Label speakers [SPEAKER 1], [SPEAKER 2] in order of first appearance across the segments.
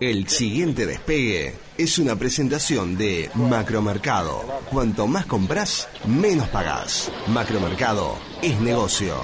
[SPEAKER 1] El siguiente despegue es una presentación de Macromercado. Cuanto más compras, menos pagás. Macromercado es negocio.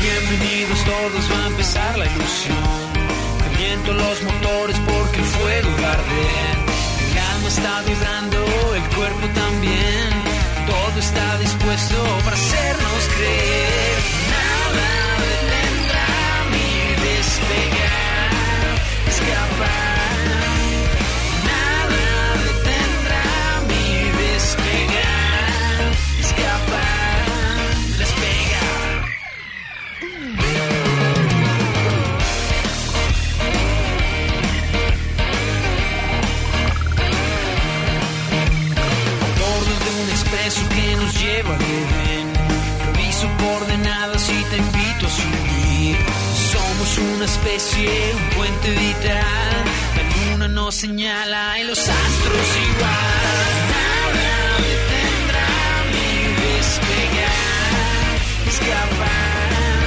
[SPEAKER 2] Bienvenidos todos, va a empezar la ilusión. Caliento los motores porque el fuego arde. El alma está vibrando, el cuerpo también. Todo está dispuesto para hacernos creer. Nada detendrá mi despegar, escapar. Nada detendrá mi despegar, escapar, despegar. bordo de un expreso que nos lleva al Edén. Reviso coordenadas y te invito a subir. Somos una especie, un puente vital. La luna nos señala y los astros igual. Nada detendrá mi despegar, escapar.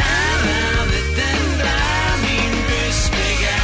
[SPEAKER 2] Nada detendrá mi despegar.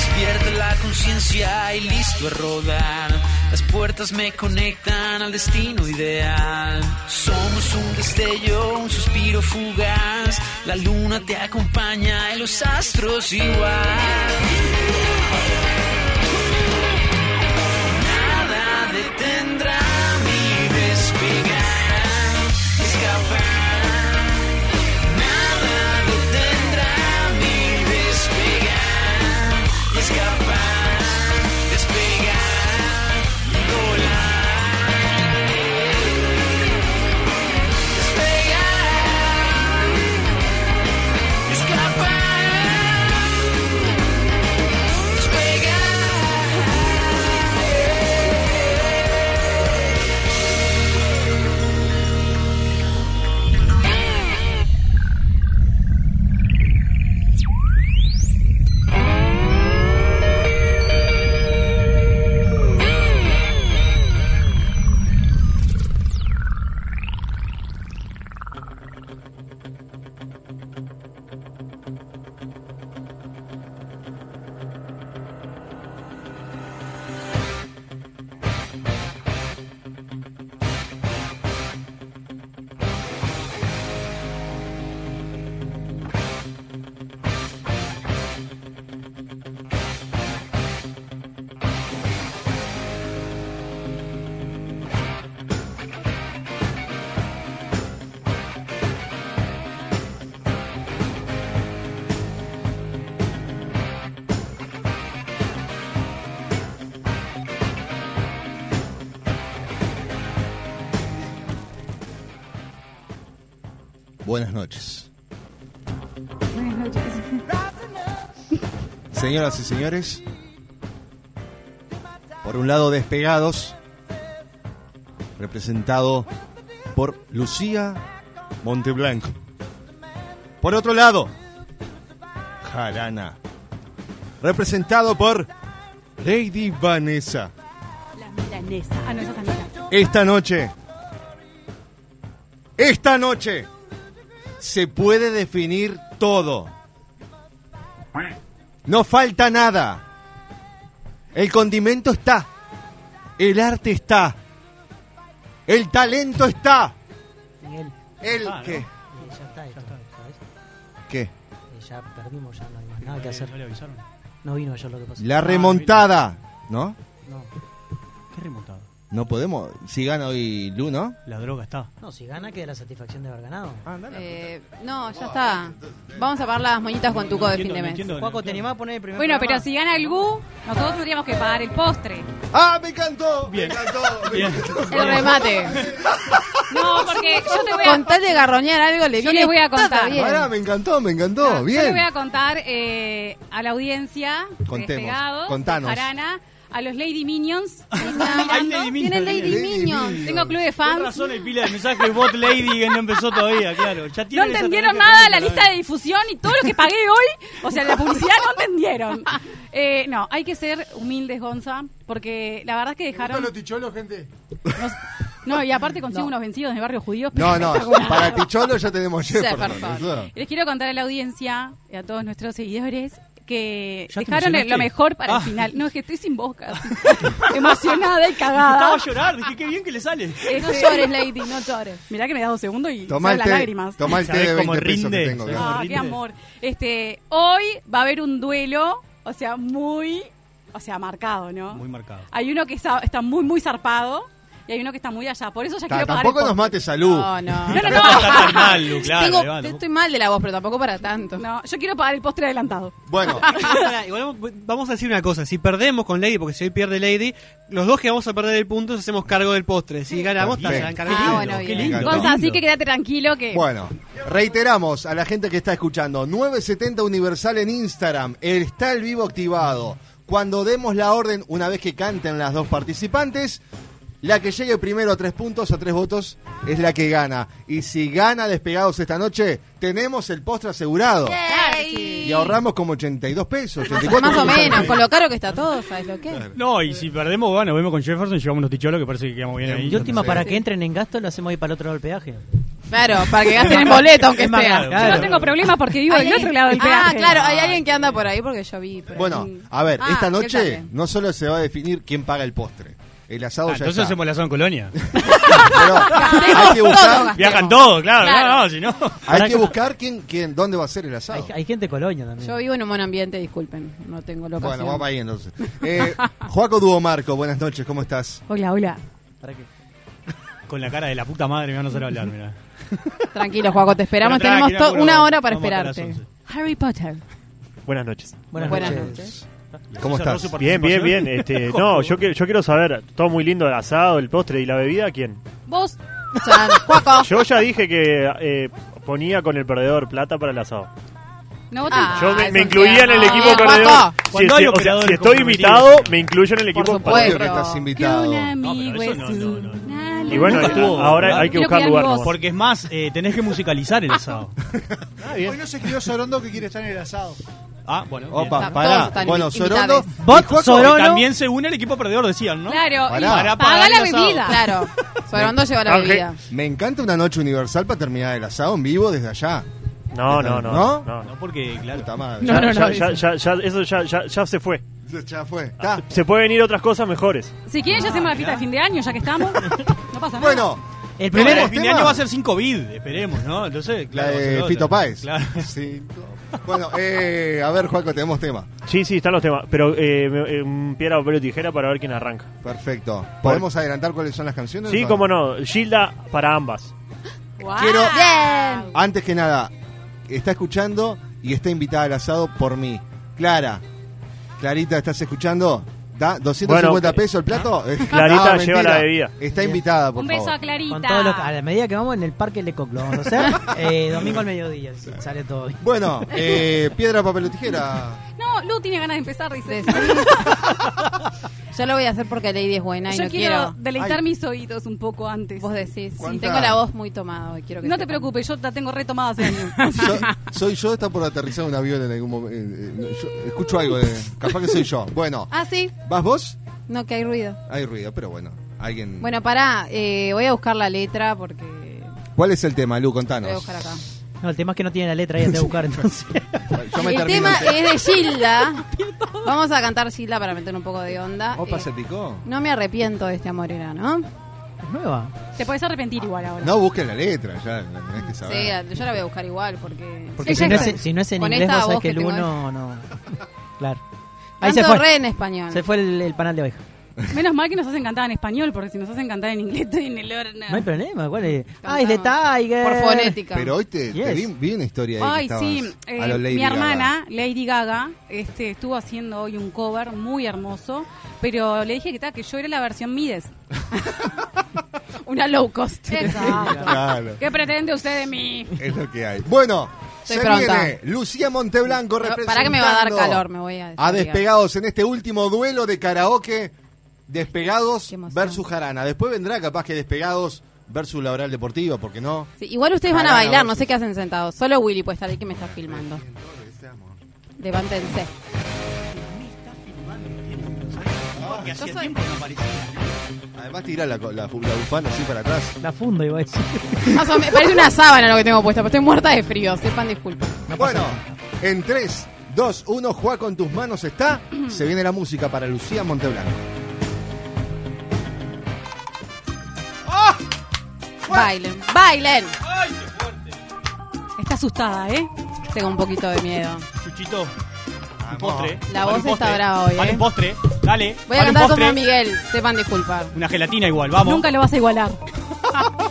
[SPEAKER 2] Despierta la conciencia y listo a rodar. Las puertas me conectan al destino ideal. Somos un destello, un suspiro fugaz. La luna te acompaña y los astros igual. Nada detendrá mi despegar, escapar. Nada detendrá mi despegar, escapar, despegar, volar. Despegar, escapar, despegar.
[SPEAKER 3] Buenas noches. Señoras y señores, por un lado Despegados, representado por Lucía Monteblanco. Por otro lado, Jarana, representado por Lady Vanessa.
[SPEAKER 4] La milanesa. Ah, no, esa es amiga.
[SPEAKER 3] Esta noche. Esta noche. Se puede definir todo. No falta nada. El condimento está. El arte está. El talento está.
[SPEAKER 5] Miguel.
[SPEAKER 3] El
[SPEAKER 6] Ah, ¿no?
[SPEAKER 3] qué?
[SPEAKER 5] eh, Ya está esto, ¿sabes?
[SPEAKER 3] ¿Qué?
[SPEAKER 5] Eh, Ya perdimos, ya no hay más nada que
[SPEAKER 6] Eh,
[SPEAKER 5] hacer.
[SPEAKER 6] ¿No le avisaron?
[SPEAKER 5] No vino ayer lo que pasó.
[SPEAKER 3] La remontada. ¿No?
[SPEAKER 5] No,
[SPEAKER 6] Qué remontado.
[SPEAKER 3] No podemos. Si gana hoy Lu, ¿no?
[SPEAKER 6] La droga está.
[SPEAKER 5] no, si gana queda la satisfacción de haber ganado.
[SPEAKER 6] Ah,
[SPEAKER 4] Eh, no, ya está. Vamos a pagar las moñitas con tuco de fin de mes.
[SPEAKER 6] entiendo,
[SPEAKER 5] Juaco,
[SPEAKER 6] no
[SPEAKER 5] ¿te
[SPEAKER 6] entiendo.
[SPEAKER 5] animás a poner el primer
[SPEAKER 4] Bueno, pero
[SPEAKER 5] programa?
[SPEAKER 4] si gana el GU, nosotros tendríamos que pagar el postre,
[SPEAKER 3] ¡Ah, me encantó!
[SPEAKER 6] Bien.
[SPEAKER 3] Me encantó.
[SPEAKER 6] Bien.
[SPEAKER 4] el remate. No, porque yo te voy
[SPEAKER 7] Con
[SPEAKER 4] a,
[SPEAKER 7] tal de garroñar algo le
[SPEAKER 4] yo
[SPEAKER 7] viene
[SPEAKER 4] les voy a
[SPEAKER 7] todo
[SPEAKER 4] contar.
[SPEAKER 7] bien.
[SPEAKER 3] Pará, me encantó, me encantó.
[SPEAKER 4] yo
[SPEAKER 3] Bien.
[SPEAKER 4] les voy a contar eh, a la audiencia,
[SPEAKER 3] Contemos,
[SPEAKER 4] despegados,
[SPEAKER 3] contanos.
[SPEAKER 4] Jarana, a los Lady Minions, que nos están mirando.
[SPEAKER 6] Hay Lady Minions.
[SPEAKER 7] Tiene Lady,
[SPEAKER 3] Lady
[SPEAKER 7] Minions.
[SPEAKER 3] Minions.
[SPEAKER 4] Tengo club de
[SPEAKER 6] Con
[SPEAKER 4] fans.
[SPEAKER 6] razón hay pila de mensajes bot lady que no empezó todavía, claro. Ya
[SPEAKER 4] No
[SPEAKER 6] tienen esa
[SPEAKER 4] entendieron
[SPEAKER 6] temática
[SPEAKER 4] nada la
[SPEAKER 6] tremenda,
[SPEAKER 4] lista de difusión y todo lo que pagué hoy. O sea, la publicidad no entendieron. Eh, no, hay que ser humildes, Gonza, porque la verdad es que dejaron.
[SPEAKER 8] los ticholos, gente?
[SPEAKER 4] nos- no, y aparte consigo unos vencidos en el barrio judío.
[SPEAKER 3] No, no,
[SPEAKER 4] espectacular.
[SPEAKER 3] para el Picholo ya tenemos Jefferson.
[SPEAKER 4] Jefferson.
[SPEAKER 3] eso.
[SPEAKER 4] Y Les quiero contar a la audiencia y a todos nuestros seguidores que
[SPEAKER 6] ¿Ya te
[SPEAKER 4] dejaron el- lo
[SPEAKER 6] emocionaste?
[SPEAKER 4] mejor para
[SPEAKER 6] Ah.
[SPEAKER 4] el final. No, es que estoy sin boca. Emocionada y
[SPEAKER 6] Estaba
[SPEAKER 4] cagada.
[SPEAKER 6] a llorar, dije qué bien que le sale.
[SPEAKER 7] No
[SPEAKER 4] Este,
[SPEAKER 7] llores, Lady, no llores.
[SPEAKER 4] Mirá que me da dos segundos y
[SPEAKER 3] Toma
[SPEAKER 4] salen
[SPEAKER 3] el
[SPEAKER 4] las
[SPEAKER 3] té,
[SPEAKER 4] lágrimas.
[SPEAKER 3] toma el té
[SPEAKER 6] ¿Sabés
[SPEAKER 3] de 20
[SPEAKER 6] cómo
[SPEAKER 3] pesos que
[SPEAKER 6] rinde?
[SPEAKER 3] tengo.
[SPEAKER 6] ¿Sabés
[SPEAKER 3] acá.
[SPEAKER 4] Ah, qué
[SPEAKER 6] Horrible.
[SPEAKER 4] amor. Este, hoy va a haber un duelo, o sea, muy, o sea, marcado, ¿no?
[SPEAKER 6] Muy marcado.
[SPEAKER 4] Hay uno que está, está muy, muy zarpado y hay uno que está muy allá. Por eso ya
[SPEAKER 3] Ta,
[SPEAKER 4] quiero pagar.
[SPEAKER 3] tampoco
[SPEAKER 4] el
[SPEAKER 3] nos
[SPEAKER 4] postre.
[SPEAKER 3] mates salud.
[SPEAKER 7] No, no.
[SPEAKER 4] No, no,
[SPEAKER 6] Tampoco está tan mal, Lu, claro.
[SPEAKER 7] Tengo-
[SPEAKER 6] Iván,
[SPEAKER 7] estoy mal de la voz, pero tampoco para tanto.
[SPEAKER 4] No, yo quiero pagar el postre adelantado.
[SPEAKER 3] Bueno,
[SPEAKER 9] Pará, igual vamos- vamos a decir una cosa, si perdemos con Lady, porque si hoy pierde Lady, los dos que vamos a perder el punto nos hacemos cargo del postre. Si ganamos,
[SPEAKER 3] Perfecto.
[SPEAKER 9] se harán cargo
[SPEAKER 7] Ah,
[SPEAKER 9] del
[SPEAKER 7] bueno,
[SPEAKER 9] postre.
[SPEAKER 7] bien.
[SPEAKER 3] lindo.
[SPEAKER 4] Gonza,
[SPEAKER 6] lindo.
[SPEAKER 4] así que quédate tranquilo que
[SPEAKER 3] bueno, reiteramos a la gente que está escuchando, 970 Universal en Instagram, está el vivo activado. Cuando demos la orden, una vez que canten las dos participantes, la que llegue primero a tres puntos, a tres votos, es la que gana. Y si gana despegados esta noche, tenemos el postre asegurado.
[SPEAKER 7] Claro que sí.
[SPEAKER 3] Y ahorramos como 82 pesos, 84
[SPEAKER 7] Más o
[SPEAKER 3] pesos.
[SPEAKER 7] menos, con lo caro que está todo, ¿sabes lo que? es?
[SPEAKER 9] No,
[SPEAKER 6] No, y si perdemos, bueno, nos vemos con Jefferson y llevamos los ticholos que parece que quedamos bien ahí.
[SPEAKER 5] Y última,
[SPEAKER 3] Sí.
[SPEAKER 5] para que entren en gasto, lo hacemos ahí para el otro lado del peaje.
[SPEAKER 7] Claro, para que gasten en boleto, aunque
[SPEAKER 5] Es más
[SPEAKER 7] sea.
[SPEAKER 5] caro.
[SPEAKER 4] yo no tengo problema porque vivo
[SPEAKER 7] Hay
[SPEAKER 4] del otro
[SPEAKER 7] alguien-
[SPEAKER 4] lado del
[SPEAKER 7] ah,
[SPEAKER 4] peaje.
[SPEAKER 7] claro, hay alguien que anda por ahí porque yo vi. por
[SPEAKER 3] Bueno,
[SPEAKER 7] ahí.
[SPEAKER 3] a ver,
[SPEAKER 7] Ah,
[SPEAKER 3] esta
[SPEAKER 7] él
[SPEAKER 3] noche
[SPEAKER 7] también.
[SPEAKER 3] no solo se va a definir quién paga el postre. El asado
[SPEAKER 6] Ah,
[SPEAKER 3] ya
[SPEAKER 6] entonces
[SPEAKER 3] está.
[SPEAKER 6] hacemos la zona colonia.
[SPEAKER 3] Pero hay que buscar,
[SPEAKER 6] Viajan todos, claro,
[SPEAKER 7] Claro.
[SPEAKER 6] no, no, si no.
[SPEAKER 3] hay que buscar quién, quién, dónde va a ser el asado.
[SPEAKER 5] Hay, hay gente de colonia también.
[SPEAKER 7] Yo vivo en un buen ambiente, disculpen, no tengo locación.
[SPEAKER 3] Bueno, vamos ahí entonces. Eh, Juaco Duomarco, buenas noches, ¿cómo estás?
[SPEAKER 4] Hola, hola.
[SPEAKER 5] ¿Para qué?
[SPEAKER 6] Con la cara de la puta madre me van a hacer hablar, mirá.
[SPEAKER 7] Tranquilo, Juaco, te esperamos.
[SPEAKER 6] Pero tranqui,
[SPEAKER 7] Tenemos to-
[SPEAKER 6] tranquilo,
[SPEAKER 7] una hora para
[SPEAKER 6] vamos hasta las
[SPEAKER 7] esperarte.
[SPEAKER 6] 11.
[SPEAKER 4] Harry Potter.
[SPEAKER 10] Buenas noches.
[SPEAKER 5] Buenas,
[SPEAKER 7] Buenas
[SPEAKER 5] noches.
[SPEAKER 7] noches.
[SPEAKER 3] ¿Cómo
[SPEAKER 6] Cerró
[SPEAKER 3] estás?
[SPEAKER 6] su
[SPEAKER 10] Bien, bien, bien.
[SPEAKER 6] participación.
[SPEAKER 10] Este, no, yo, que- yo quiero saber, todo muy lindo el asado, el postre y la bebida, ¿quién?
[SPEAKER 7] Vos, Chan, Juaco.
[SPEAKER 10] Yo ya dije que eh, ponía con el perdedor plata para el asado.
[SPEAKER 4] No, vos
[SPEAKER 7] Ah,
[SPEAKER 10] Yo me,
[SPEAKER 7] eso
[SPEAKER 10] me
[SPEAKER 7] sí,
[SPEAKER 10] incluía en el
[SPEAKER 7] no.
[SPEAKER 10] equipo
[SPEAKER 7] Bien,
[SPEAKER 10] perdedor.
[SPEAKER 7] Juaco.
[SPEAKER 10] Si,
[SPEAKER 6] Cuando hay
[SPEAKER 10] si- o sea,
[SPEAKER 6] operador
[SPEAKER 10] si estoy
[SPEAKER 6] comprometido,
[SPEAKER 10] invitado,
[SPEAKER 6] señor.
[SPEAKER 10] me incluyo en el equipo
[SPEAKER 7] supuesto.
[SPEAKER 10] perdedor.
[SPEAKER 3] Creo que estás
[SPEAKER 4] Que
[SPEAKER 3] invitado.
[SPEAKER 4] un amigo
[SPEAKER 6] No, pero
[SPEAKER 4] es
[SPEAKER 6] eso no, no,
[SPEAKER 4] un alma.
[SPEAKER 10] Y bueno,
[SPEAKER 6] No,
[SPEAKER 10] esto-
[SPEAKER 6] no, no,
[SPEAKER 10] ahora hay que
[SPEAKER 4] quiero
[SPEAKER 10] buscar
[SPEAKER 4] cuidar
[SPEAKER 10] lugar.
[SPEAKER 4] vos.
[SPEAKER 10] nomás.
[SPEAKER 6] Porque es más, eh, tenés que musicalizar el asado.
[SPEAKER 8] Hoy no se escribió Sorondo que quiere estar en el asado.
[SPEAKER 6] Ah, bueno. bien.
[SPEAKER 3] Opa,
[SPEAKER 7] Están- todos
[SPEAKER 3] pará.
[SPEAKER 7] están
[SPEAKER 3] Bueno,
[SPEAKER 7] invitados.
[SPEAKER 3] Sorondo.
[SPEAKER 5] Bot,
[SPEAKER 3] y Juaco-
[SPEAKER 5] Sorondo.
[SPEAKER 6] Y también se une el equipo perdedor, decían, ¿no?
[SPEAKER 4] Claro,
[SPEAKER 3] Pará.
[SPEAKER 4] y
[SPEAKER 6] Para
[SPEAKER 4] paga
[SPEAKER 6] pagar
[SPEAKER 4] la
[SPEAKER 6] el asado.
[SPEAKER 4] bebida.
[SPEAKER 7] Claro, Sorondo lleva la
[SPEAKER 10] Ángel.
[SPEAKER 7] bebida.
[SPEAKER 3] Me encanta una noche universal para terminar el asado en vivo desde allá.
[SPEAKER 10] No, no, no.
[SPEAKER 3] ¿No?
[SPEAKER 10] no, no.
[SPEAKER 6] No, porque, claro.
[SPEAKER 3] Puta madre.
[SPEAKER 7] No, no,
[SPEAKER 10] Ya-
[SPEAKER 7] no.
[SPEAKER 10] ya- ya- ya- eso ya, ya- ya se fue.
[SPEAKER 3] Ya fue. Está.
[SPEAKER 10] Se pueden ir otras cosas mejores.
[SPEAKER 4] Si quieren, ya hacemos la fiesta de fin de año, ya que estamos. No pasa nada.
[SPEAKER 3] Bueno,
[SPEAKER 5] El
[SPEAKER 6] Primero,
[SPEAKER 5] primer
[SPEAKER 3] ¿Tenemos
[SPEAKER 6] el fin de
[SPEAKER 3] tema?
[SPEAKER 6] año va a ser sin COVID, esperemos, ¿no? Entonces,
[SPEAKER 3] la
[SPEAKER 6] claro. va a ser
[SPEAKER 3] de
[SPEAKER 6] otra.
[SPEAKER 3] Fito Páez.
[SPEAKER 6] Claro.
[SPEAKER 3] Sí. Bueno, eh, a ver, Juaco, tenemos tema.
[SPEAKER 10] Sí, sí, están los temas. Pero eh, me- eh, un piedra, papel o tijera para ver quién arranca.
[SPEAKER 3] Perfecto. ¿Podemos adelantar cuáles son las canciones?
[SPEAKER 10] Sí,
[SPEAKER 3] o
[SPEAKER 10] cómo no. Gilda para ambas.
[SPEAKER 4] Guau.
[SPEAKER 3] Quiero-
[SPEAKER 7] Bien.
[SPEAKER 3] Antes que nada, está escuchando y está invitada al asado por mí. Clara, Clarita, ¿estás escuchando? ¿Da 250
[SPEAKER 10] Bueno,
[SPEAKER 3] pesos el plato?
[SPEAKER 10] Clarita
[SPEAKER 3] mentira.
[SPEAKER 10] lleva la bebida.
[SPEAKER 3] Está invitada, por
[SPEAKER 4] Un beso a
[SPEAKER 3] favor.
[SPEAKER 4] Clarita.
[SPEAKER 5] Con todos los- a la medida que vamos en el parque Lecoq lo vamos a hacer. eh, domingo al mediodía, si sale todo bien.
[SPEAKER 3] Bueno, eh, piedra, papel o tijera.
[SPEAKER 4] No, Lu tiene ganas de empezar, dice.
[SPEAKER 7] Sí, sí. Yo lo voy a hacer porque Lady es buena y
[SPEAKER 4] Yo
[SPEAKER 7] no
[SPEAKER 4] quiero,
[SPEAKER 7] quiero.
[SPEAKER 4] deleitar mis oídos un poco antes. Vos
[SPEAKER 7] decís.
[SPEAKER 4] Sí,
[SPEAKER 7] Tengo la voz muy tomada hoy, quiero que
[SPEAKER 4] No te
[SPEAKER 7] sepan.
[SPEAKER 4] preocupes, yo la tengo retomada hace años.
[SPEAKER 3] Soy yo, está por aterrizar un avión en algún eh, momento. escucho algo, de, capaz que soy yo. Bueno,
[SPEAKER 7] Ah, sí.
[SPEAKER 3] ¿vas vos?
[SPEAKER 7] No, que hay ruido.
[SPEAKER 3] Hay ruido, pero bueno, alguien.
[SPEAKER 7] Bueno, pará, eh, voy a buscar la letra porque
[SPEAKER 3] ¿Cuál es el tema, Lu?
[SPEAKER 7] voy a
[SPEAKER 3] Contanos.
[SPEAKER 7] buscar acá.
[SPEAKER 5] No, el tema es que no tiene la letra, ahí te a buscar entonces.
[SPEAKER 3] Yo me
[SPEAKER 7] el
[SPEAKER 3] termino
[SPEAKER 7] tema
[SPEAKER 3] el tema.
[SPEAKER 7] es de Gilda. Vamos a cantar Gilda para meter un poco de onda.
[SPEAKER 3] ¿Opa
[SPEAKER 7] Eh,
[SPEAKER 3] se picó?
[SPEAKER 7] no me arrepiento de este amor era, ¿no?
[SPEAKER 5] Nueva.
[SPEAKER 4] Te podés arrepentir igual ahora.
[SPEAKER 3] No busquen la letra, ya la tenés que
[SPEAKER 7] Sí,
[SPEAKER 3] saber.
[SPEAKER 7] yo la voy a buscar igual porque.
[SPEAKER 5] Porque
[SPEAKER 7] Ella
[SPEAKER 5] si no,
[SPEAKER 7] está-
[SPEAKER 5] es, si no es en
[SPEAKER 7] con
[SPEAKER 5] inglés,
[SPEAKER 7] esta
[SPEAKER 5] vos sabés
[SPEAKER 7] voz
[SPEAKER 5] que el
[SPEAKER 7] tengo-
[SPEAKER 5] uno no. Claro.
[SPEAKER 7] Canto re en español.
[SPEAKER 5] Se fue el, el panal de oveja.
[SPEAKER 4] Menos mal que nos hacen cantar en español, porque si nos hacen cantar en inglés, estoy en el horno.
[SPEAKER 5] No hay problema, ¿cuál es? Ah, es de Tiger.
[SPEAKER 7] Eh, Por fonética.
[SPEAKER 3] Pero hoy te, te
[SPEAKER 5] Yes.
[SPEAKER 3] vi, vi una historia
[SPEAKER 4] Ay,
[SPEAKER 3] ahí. que
[SPEAKER 4] sí,
[SPEAKER 3] estabas
[SPEAKER 4] eh,
[SPEAKER 3] a lo Lady
[SPEAKER 4] mi
[SPEAKER 3] Gaga.
[SPEAKER 4] hermana, Lady Gaga, este, estuvo haciendo hoy un cover muy hermoso, pero le dije que, ta, que yo era la versión Mides. Una low cost. Exacto.
[SPEAKER 3] Claro.
[SPEAKER 4] ¿Qué pretende usted de mí?
[SPEAKER 3] Es lo que hay. Bueno,
[SPEAKER 7] Estoy
[SPEAKER 3] se
[SPEAKER 7] pronta.
[SPEAKER 3] viene Lucía Monteblanco representando.
[SPEAKER 7] Pará que me va a dar calor, me voy a
[SPEAKER 3] A
[SPEAKER 7] despegar.
[SPEAKER 3] despegados en este último duelo de karaoke. Despegados
[SPEAKER 7] Qué emoción.
[SPEAKER 3] versus Jarana. Después vendrá capaz que despegados versus Laboral Deportiva, porque no.
[SPEAKER 7] Sí, igual ustedes van a
[SPEAKER 3] Pará,
[SPEAKER 7] bailar,
[SPEAKER 3] vos.
[SPEAKER 7] no sé qué hacen sentados. Solo Willy puede estar ahí que me está filmando.
[SPEAKER 3] este
[SPEAKER 7] Levántense.
[SPEAKER 6] Porque
[SPEAKER 7] hacía
[SPEAKER 6] hacía
[SPEAKER 7] soy-
[SPEAKER 6] tiempo
[SPEAKER 7] tiempo
[SPEAKER 6] no aparecía.
[SPEAKER 3] Además, tirar la, co- la, fu- la bufanda así para atrás.
[SPEAKER 5] La funda, iba a decir.
[SPEAKER 7] Más o menos, parece una sábana lo que tengo puesta, pero estoy muerta de frío, sepan disculpas.
[SPEAKER 3] Bueno, en 3, 2, 1, juega con tus manos está. Se viene la música para Lucía Monteblanco.
[SPEAKER 7] Bailen, bailen.
[SPEAKER 4] Está asustada, ¿eh?
[SPEAKER 7] Tengo un poquito de miedo.
[SPEAKER 6] Chuchito, un postre.
[SPEAKER 7] La
[SPEAKER 6] Vale
[SPEAKER 7] voz
[SPEAKER 6] un postre.
[SPEAKER 7] está brava hoy,
[SPEAKER 6] Vale
[SPEAKER 7] eh.
[SPEAKER 6] un postre, dale.
[SPEAKER 7] Voy a
[SPEAKER 6] vale un
[SPEAKER 7] cantar
[SPEAKER 6] postre.
[SPEAKER 7] como Miguel, sepan disculpar.
[SPEAKER 6] Una gelatina igual, vamos.
[SPEAKER 4] Nunca lo vas a igualar.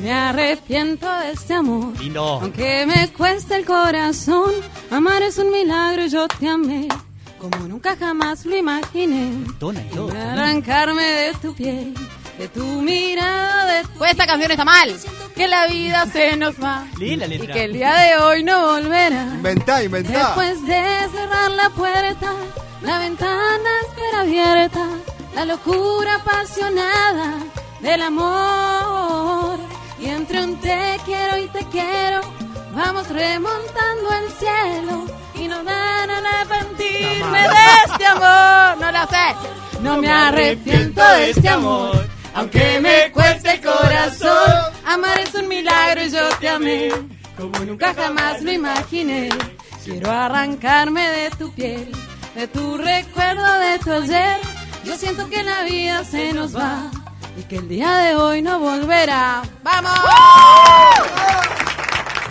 [SPEAKER 7] No me arrepiento de este amor.
[SPEAKER 6] Lindo.
[SPEAKER 7] Aunque me cueste el corazón, amar es un milagro, yo te amé, como nunca jamás lo imaginé.
[SPEAKER 6] Dona y todo.
[SPEAKER 7] Por arrancarme de tu piel, de tu mirada, de Pues esta canción está mal. Que la vida se nos va.
[SPEAKER 6] Leí la
[SPEAKER 7] Y
[SPEAKER 6] letra.
[SPEAKER 7] que el día de hoy no volverá.
[SPEAKER 3] Inventá, inventá.
[SPEAKER 7] Después de cerrar la puerta, la ventana espera abierta, la locura apasionada del amor. Y entre un te quiero y te quiero, vamos remontando el cielo y no van a arrepentirme de este amor. No la sé, no me arrepiento de este amor. Aunque me cueste el corazón, amar es un milagro y yo te amé. Como nunca jamás lo imaginé. Quiero arrancarme de tu piel, de tu recuerdo, de tu ayer. Yo siento que la vida se nos va y que el día de hoy no volverá. ¡Vamos! ¡Oh!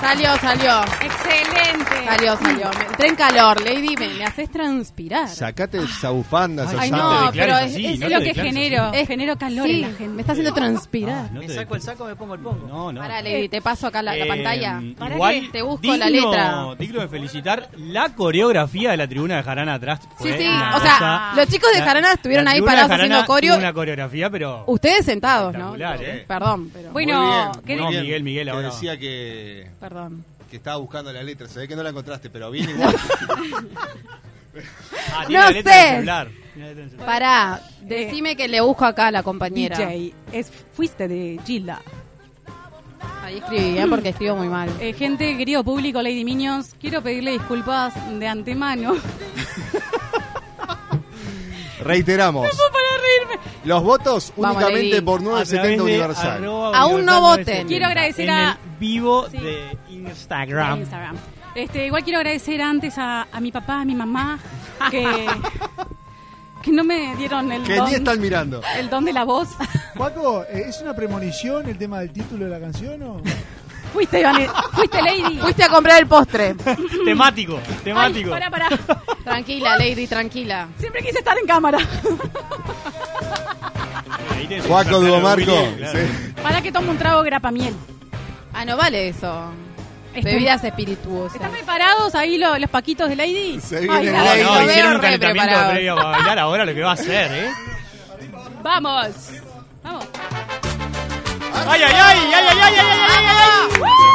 [SPEAKER 7] Salió, salió.
[SPEAKER 4] Excelente.
[SPEAKER 7] Salió, salió. Me entré en calor, Lady. Me, me haces transpirar.
[SPEAKER 3] Sacate esa bufanda, esa
[SPEAKER 7] Ay,
[SPEAKER 3] sábana.
[SPEAKER 7] no,
[SPEAKER 6] te declares
[SPEAKER 7] pero es-
[SPEAKER 6] así,
[SPEAKER 7] es
[SPEAKER 6] no
[SPEAKER 4] Es lo
[SPEAKER 6] te
[SPEAKER 4] que
[SPEAKER 6] declares así.
[SPEAKER 4] genero.
[SPEAKER 7] Es-
[SPEAKER 4] genero calor en
[SPEAKER 7] Sí,
[SPEAKER 4] la gente.
[SPEAKER 7] me está haciendo transpirar.
[SPEAKER 6] Ah, no
[SPEAKER 5] Me
[SPEAKER 6] te-
[SPEAKER 5] saco el saco, me pongo el pongo.
[SPEAKER 6] No, no.
[SPEAKER 7] Pará, Lady, te paso acá la, la
[SPEAKER 6] Eh,
[SPEAKER 7] pantalla.
[SPEAKER 6] Igual,
[SPEAKER 7] te busco
[SPEAKER 6] digno,
[SPEAKER 7] la letra.
[SPEAKER 6] Digno de felicitar la coreografía de la tribuna de Jarana atrás.
[SPEAKER 7] Sí,
[SPEAKER 6] fue
[SPEAKER 7] sí.
[SPEAKER 6] una
[SPEAKER 7] O sea,
[SPEAKER 6] cosa-
[SPEAKER 7] los chicos de
[SPEAKER 6] la-
[SPEAKER 7] Jarana estuvieron
[SPEAKER 6] la
[SPEAKER 7] ahí
[SPEAKER 6] tribuna de
[SPEAKER 7] parados
[SPEAKER 6] Jarana
[SPEAKER 7] haciendo coreo.
[SPEAKER 6] tuvo una coreografía, pero.
[SPEAKER 7] Ustedes sentados, ¿no?
[SPEAKER 6] Espectacular, ¿eh?
[SPEAKER 7] Perdón, pero.
[SPEAKER 4] Bueno,
[SPEAKER 3] Muy
[SPEAKER 4] ¿qué-
[SPEAKER 3] bien,
[SPEAKER 6] No,
[SPEAKER 3] muy bien.
[SPEAKER 6] Miguel, Miguel,
[SPEAKER 3] Que
[SPEAKER 6] ahora.
[SPEAKER 3] decía que,
[SPEAKER 7] Perdón.
[SPEAKER 3] que estaba buscando la letra. Se ve que no la encontraste, pero bien igual.
[SPEAKER 6] Ah, tiene la
[SPEAKER 7] No
[SPEAKER 6] letra del
[SPEAKER 7] sé.
[SPEAKER 6] celular. Tiene la letra del celular.
[SPEAKER 7] Pará, decime que le busco acá a la compañera.
[SPEAKER 4] DJ, Eh, es, fuiste de Gilda.
[SPEAKER 7] Ahí escribí, ¿eh? porque escribo muy mal.
[SPEAKER 4] Eh, gente, querido público, Lady Minions, quiero pedirle disculpas de antemano.
[SPEAKER 3] Reiteramos. Los votos
[SPEAKER 7] Vamos,
[SPEAKER 3] únicamente
[SPEAKER 7] Lady.
[SPEAKER 3] por
[SPEAKER 6] A través
[SPEAKER 3] 970
[SPEAKER 6] de
[SPEAKER 3] Universal.
[SPEAKER 6] arroba
[SPEAKER 4] Ah,
[SPEAKER 7] Aún no
[SPEAKER 6] universal
[SPEAKER 7] voten.
[SPEAKER 6] 970.
[SPEAKER 4] Quiero agradecer
[SPEAKER 6] En
[SPEAKER 4] a-
[SPEAKER 6] el vivo
[SPEAKER 4] Sí.
[SPEAKER 6] de Instagram.
[SPEAKER 4] Instagram. Este, igual quiero agradecer antes a, a mi papá, a mi mamá, que, que no me dieron el
[SPEAKER 3] Que
[SPEAKER 4] don,
[SPEAKER 3] ni están mirando.
[SPEAKER 4] el don de la voz.
[SPEAKER 8] Juaco, eh, ¿es una premonición el tema del título de la canción o...?
[SPEAKER 4] fuiste, Ivane- fuiste Lady.
[SPEAKER 7] Fuiste a comprar el postre.
[SPEAKER 6] Temático, temático.
[SPEAKER 4] Ay, pará, pará.
[SPEAKER 7] tranquila, Lady, tranquila.
[SPEAKER 4] Siempre quise estar en cámara.
[SPEAKER 6] Ahí tenés un
[SPEAKER 3] Juaco
[SPEAKER 6] saludo,
[SPEAKER 3] Duomarco.
[SPEAKER 6] Willy, claro.
[SPEAKER 3] sí.
[SPEAKER 4] Para que tome un trago de grapamiel.
[SPEAKER 7] Ah, no vale eso.
[SPEAKER 4] Estoy-
[SPEAKER 7] Bebidas espirituosas.
[SPEAKER 4] ¿Están preparados ahí lo- los paquitos de Lady?
[SPEAKER 3] Se viene
[SPEAKER 4] Ay,
[SPEAKER 3] el
[SPEAKER 6] No,
[SPEAKER 7] Ay,
[SPEAKER 6] no,
[SPEAKER 7] lo veo
[SPEAKER 6] hicieron un
[SPEAKER 7] re
[SPEAKER 6] calentamiento
[SPEAKER 7] preparado.
[SPEAKER 6] previo para bailar ahora lo que va a hacer, ¿eh?
[SPEAKER 4] Vamos. Vamos.
[SPEAKER 6] ¡Ay, ay, ay! ¡Ay, ay, ay, ay, ay, ay, ay, ay!
[SPEAKER 7] ¡Vamos!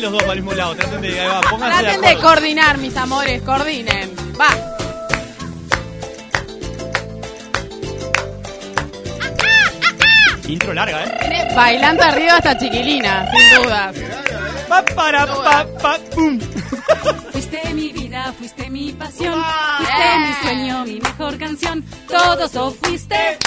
[SPEAKER 6] los dos para el mismo lado. Traten de, ahí va, Ah, pónganse
[SPEAKER 7] Traten
[SPEAKER 6] de
[SPEAKER 7] de
[SPEAKER 6] acuerdo.
[SPEAKER 7] coordinar, mis amores, coordinen. Va.
[SPEAKER 6] Intro larga, ¿eh?
[SPEAKER 7] Bailando arriba hasta chiquilina, sin dudas.
[SPEAKER 6] Pa, para, pa, pa, pum.
[SPEAKER 4] Fuiste mi vida, fuiste mi pasión,
[SPEAKER 7] ¡Ah!
[SPEAKER 4] fuiste mi sueño, mi mejor canción. Todo lo fuiste,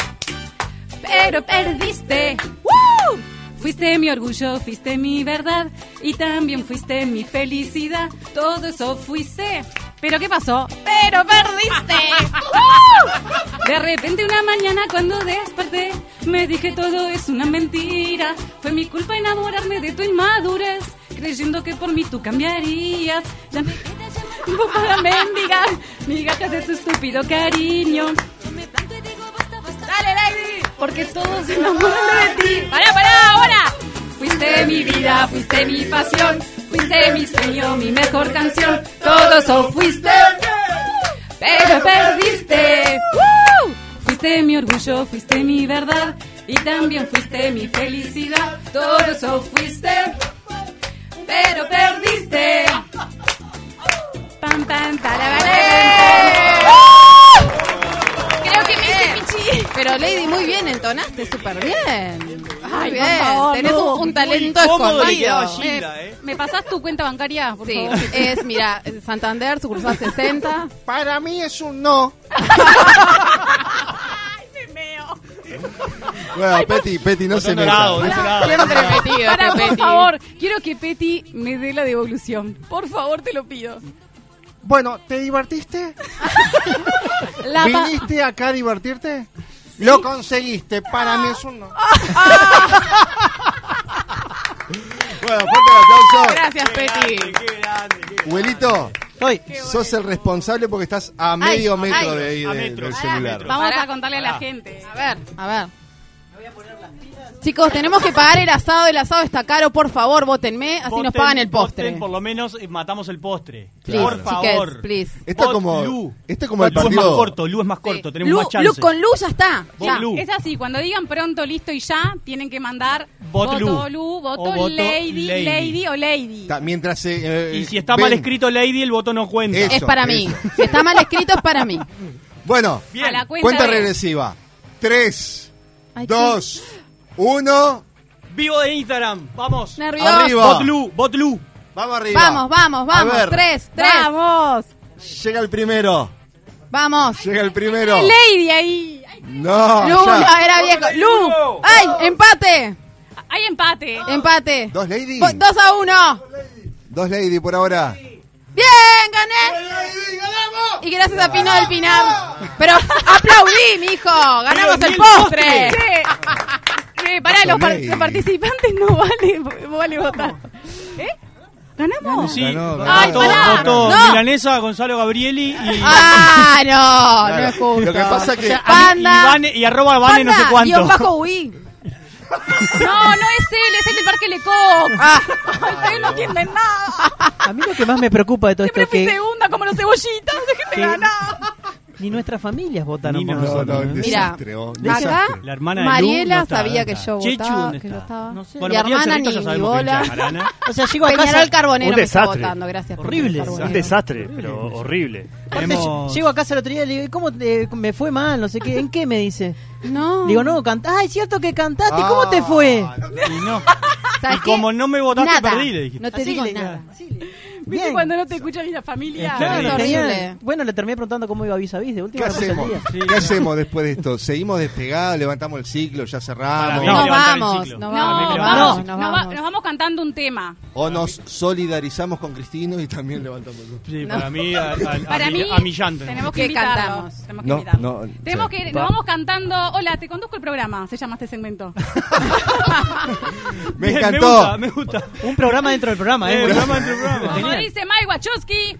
[SPEAKER 4] pero perdiste. ¡Woo! Fuiste mi orgullo, fuiste mi verdad y también fuiste mi felicidad. Todo eso fuiste. ¿Pero qué pasó? ¡Pero perdiste! ¡Woo! De repente una mañana cuando desperté me dije todo es una mentira. Fue mi culpa enamorarme de tu inmadurez, creyendo que por mí tú cambiarías. Dame tiempo para mendigar migajas de tu estúpido cariño.
[SPEAKER 7] ¡Dale, Lady! Porque todos se enamoran de ti. ¡Para, para, ahora!
[SPEAKER 4] Fuiste mi vida, fuiste mi pasión, fuiste mi sueño, mi mejor canción. Todo eso fuiste, pero perdiste. ¡Woo! Fuiste mi orgullo, fuiste mi verdad y también fuiste mi felicidad. Todo eso fuiste, pero perdiste.
[SPEAKER 7] ¡Pam, pam, tarabara! Creo que me hice pichi. Pero Lady, muy bien, entonaste súper bien. Muy
[SPEAKER 2] Ay,
[SPEAKER 7] bien.
[SPEAKER 2] por favor,
[SPEAKER 7] Tenés
[SPEAKER 2] no.
[SPEAKER 7] un, un talento
[SPEAKER 2] Muy cómodo le
[SPEAKER 7] escondido.
[SPEAKER 2] quedaba a Gilda, ¿eh?
[SPEAKER 7] ¿Me pasás tu cuenta bancaria?
[SPEAKER 2] por
[SPEAKER 7] sí,
[SPEAKER 2] favor?
[SPEAKER 7] es, mira, Santander, sucursal 60.
[SPEAKER 3] Para mí es un no. Bueno, Peti, Peti, no se meta.
[SPEAKER 6] dorado,
[SPEAKER 7] este
[SPEAKER 2] Para, por
[SPEAKER 7] Petty.
[SPEAKER 2] favor, quiero que Petty me dé la devolución. Por favor, te lo pido.
[SPEAKER 3] Bueno, ¿te divertiste?
[SPEAKER 2] La pa-
[SPEAKER 3] ¿Viniste acá a divertirte? Lo conseguiste, para mí es un no. bueno, fuerte el aplauso.
[SPEAKER 7] Gracias, Peti.
[SPEAKER 3] Abuelito, sos el responsable porque estás a medio metro de ahí de- del celular.
[SPEAKER 2] Vamos a contarle a la gente.
[SPEAKER 7] A ver, a ver. Chicos, tenemos que pagar el asado. El asado está caro. Por favor, votenme. Así nos
[SPEAKER 6] Voten-
[SPEAKER 7] pagan el postre.
[SPEAKER 6] voten, por lo menos eh, matamos el postre.
[SPEAKER 7] Please,
[SPEAKER 6] por favor.
[SPEAKER 7] chiques, please.
[SPEAKER 3] Esto es como- esto es como el
[SPEAKER 6] Lu es
[SPEAKER 3] partido-
[SPEAKER 6] más corto, Lu es más corto, tenemos
[SPEAKER 7] Lu,
[SPEAKER 6] más chance.
[SPEAKER 7] Lu, con Lu ya está.
[SPEAKER 6] Vos, Lu.
[SPEAKER 2] Es así, cuando digan pronto, listo y ya, tienen que mandar
[SPEAKER 6] Vot
[SPEAKER 2] voto
[SPEAKER 6] Lu.
[SPEAKER 2] Lu, voto,
[SPEAKER 6] O voto
[SPEAKER 2] lady,
[SPEAKER 6] Lady.
[SPEAKER 2] lady, o Lady.
[SPEAKER 3] Ta- mientras se, eh,
[SPEAKER 6] Y si está
[SPEAKER 3] ven.
[SPEAKER 6] mal escrito Lady, el voto no cuenta.
[SPEAKER 3] Eso,
[SPEAKER 7] es para mí. Si está mal escrito, es para mí.
[SPEAKER 3] Bueno,
[SPEAKER 2] A la cuenta,
[SPEAKER 3] cuenta
[SPEAKER 2] de-
[SPEAKER 3] regresiva. 3,
[SPEAKER 7] Ay,
[SPEAKER 3] 2, 1.
[SPEAKER 6] Vivo de Instagram, vamos.
[SPEAKER 7] Nervioso.
[SPEAKER 3] Arriba.
[SPEAKER 6] Bot Lu, Bot Lu.
[SPEAKER 3] Vamos arriba.
[SPEAKER 7] Vamos, vamos, vamos.
[SPEAKER 3] A ver.
[SPEAKER 7] Tres, tres. Vamos.
[SPEAKER 3] Llega el primero.
[SPEAKER 7] Vamos.
[SPEAKER 3] Llega el primero.
[SPEAKER 7] Lady ahí.
[SPEAKER 3] No.
[SPEAKER 7] Lu,
[SPEAKER 3] Ah, ya.
[SPEAKER 7] no, era viejo. Lu. ¡Ay! ¡Empate!
[SPEAKER 2] Hay empate.
[SPEAKER 7] ¡Empate!
[SPEAKER 3] Dos lady.
[SPEAKER 7] Vo- Dos a uno.
[SPEAKER 3] Dos lady por ahora.
[SPEAKER 7] ¡Bien! ¡Gané! Y gracias a Pino del Pinar. Pero aplaudí, mijo. Ganamos
[SPEAKER 2] Pero
[SPEAKER 7] el
[SPEAKER 2] ni el
[SPEAKER 7] postre.
[SPEAKER 2] postre. Che, pará, los, par-
[SPEAKER 3] Lady.
[SPEAKER 2] los participantes no vale, vale votar. ¿Eh? ¿Ganamos?
[SPEAKER 6] Sí,
[SPEAKER 3] Ganó, ganó.
[SPEAKER 2] Ay,
[SPEAKER 6] votó,
[SPEAKER 2] pará.
[SPEAKER 6] votó
[SPEAKER 7] No.
[SPEAKER 6] Milanesa, Gonzalo Gabrieli y,
[SPEAKER 7] Ah, no, no es justo.
[SPEAKER 3] Lo que pasa que.
[SPEAKER 6] a mí- y
[SPEAKER 7] Panda.
[SPEAKER 6] Vane- y arroba Vane no sé
[SPEAKER 7] Panda,
[SPEAKER 6] cuánto.
[SPEAKER 7] guión bajo Wii.
[SPEAKER 2] No, no es él, es el del Parque Lecoq.
[SPEAKER 7] Ah,
[SPEAKER 2] Ay, ustedes no entienden nada.
[SPEAKER 5] A mí lo que más me preocupa de todo esto
[SPEAKER 2] Siempre
[SPEAKER 5] es
[SPEAKER 2] fui
[SPEAKER 5] que
[SPEAKER 2] segunda como los cebollitas.
[SPEAKER 5] que-
[SPEAKER 2] Déjenme ganar.
[SPEAKER 5] ni nuestras familias votaron
[SPEAKER 6] Ni
[SPEAKER 5] por
[SPEAKER 6] no,
[SPEAKER 3] No,
[SPEAKER 5] nosotros.
[SPEAKER 3] no,
[SPEAKER 5] ¿no?
[SPEAKER 3] un
[SPEAKER 7] Mira,
[SPEAKER 3] desastre. vos, un
[SPEAKER 7] acá
[SPEAKER 3] desastre.
[SPEAKER 6] La hermana de Lu
[SPEAKER 7] Mariela
[SPEAKER 6] no está,
[SPEAKER 7] sabía
[SPEAKER 6] ¿dónde
[SPEAKER 7] que
[SPEAKER 6] está?
[SPEAKER 7] yo
[SPEAKER 6] Chechu,
[SPEAKER 7] votaba,
[SPEAKER 6] ¿dónde
[SPEAKER 7] que
[SPEAKER 6] está?
[SPEAKER 7] no estaba.
[SPEAKER 5] No sé.
[SPEAKER 7] Y
[SPEAKER 6] Matías
[SPEAKER 7] hermana
[SPEAKER 6] Cerrito
[SPEAKER 7] ni
[SPEAKER 6] ya
[SPEAKER 7] ni
[SPEAKER 6] sabemos quién
[SPEAKER 7] bola.
[SPEAKER 6] es, Arana.
[SPEAKER 5] O sea, llego a casa.
[SPEAKER 7] Peñarol Carbonero
[SPEAKER 10] Un
[SPEAKER 7] me está
[SPEAKER 10] desastre.
[SPEAKER 7] votando, gracias. por
[SPEAKER 5] Horrible.
[SPEAKER 7] Peñarol
[SPEAKER 10] Un
[SPEAKER 7] Carbonero.
[SPEAKER 10] desastre, pero horrible.
[SPEAKER 5] Aparte,
[SPEAKER 6] Tenemos-
[SPEAKER 5] Llego a casa el otro día y le digo, ¿cómo te- me fue mal? No sé qué, ¿en qué me dice?
[SPEAKER 7] No.
[SPEAKER 5] Digo, no, cantá. Ah, es cierto que cantaste,
[SPEAKER 3] Ah,
[SPEAKER 5] ¿cómo te fue?
[SPEAKER 6] Y no.
[SPEAKER 7] ¿Sabes
[SPEAKER 6] Y
[SPEAKER 7] qué?
[SPEAKER 6] como no me votaste,
[SPEAKER 7] Nada.
[SPEAKER 6] perdí, le dije.
[SPEAKER 7] No te
[SPEAKER 5] Así
[SPEAKER 7] digo
[SPEAKER 5] le-
[SPEAKER 7] nada.
[SPEAKER 5] así le-
[SPEAKER 2] ¿Viste
[SPEAKER 5] Bien.
[SPEAKER 2] cuando no te escucha ni la familia?
[SPEAKER 5] Claro,
[SPEAKER 6] Es
[SPEAKER 5] tenía-
[SPEAKER 7] horrible.
[SPEAKER 5] bueno, le terminé preguntando cómo iba vis a vis. De última
[SPEAKER 3] ¿Qué
[SPEAKER 5] la puse al
[SPEAKER 3] hacemos?
[SPEAKER 5] día.
[SPEAKER 3] ¿Qué hacemos después de esto? ¿Seguimos despegados? ¿Levantamos el ciclo? ¿Ya cerramos?
[SPEAKER 6] Para mí
[SPEAKER 7] No,
[SPEAKER 6] levantan el
[SPEAKER 7] vamos,
[SPEAKER 6] ciclo.
[SPEAKER 7] no
[SPEAKER 2] No,
[SPEAKER 6] Para mí
[SPEAKER 2] vamos,
[SPEAKER 6] levantan el
[SPEAKER 5] vamos.
[SPEAKER 6] ciclo.
[SPEAKER 7] no,
[SPEAKER 2] nos va-
[SPEAKER 7] vamos.
[SPEAKER 2] nos vamos cantando un tema.
[SPEAKER 3] ¿O nos solidarizamos con Cristino y también levantamos el
[SPEAKER 6] Sí,
[SPEAKER 7] No.
[SPEAKER 6] para mí, a, a- a
[SPEAKER 2] Para
[SPEAKER 6] mi-
[SPEAKER 2] mí,
[SPEAKER 6] a mi llanto.
[SPEAKER 2] tenemos que
[SPEAKER 7] ¿Qué
[SPEAKER 2] invitarlo.
[SPEAKER 7] cantamos?
[SPEAKER 2] Tenemos que
[SPEAKER 3] No,
[SPEAKER 2] invitarlo.
[SPEAKER 3] no,
[SPEAKER 2] tenemos
[SPEAKER 3] sí.
[SPEAKER 2] que,
[SPEAKER 10] Va.
[SPEAKER 2] nos vamos cantando. Hola, te conduzco el programa. Se llama este segmento.
[SPEAKER 3] Me
[SPEAKER 6] Bien,
[SPEAKER 3] encantó.
[SPEAKER 6] Me gusta, me gusta.
[SPEAKER 5] Un programa dentro del programa, ¿eh?
[SPEAKER 6] Eh, programa entre programa.
[SPEAKER 2] Como
[SPEAKER 5] Genial.
[SPEAKER 2] dice Mai Wachowski.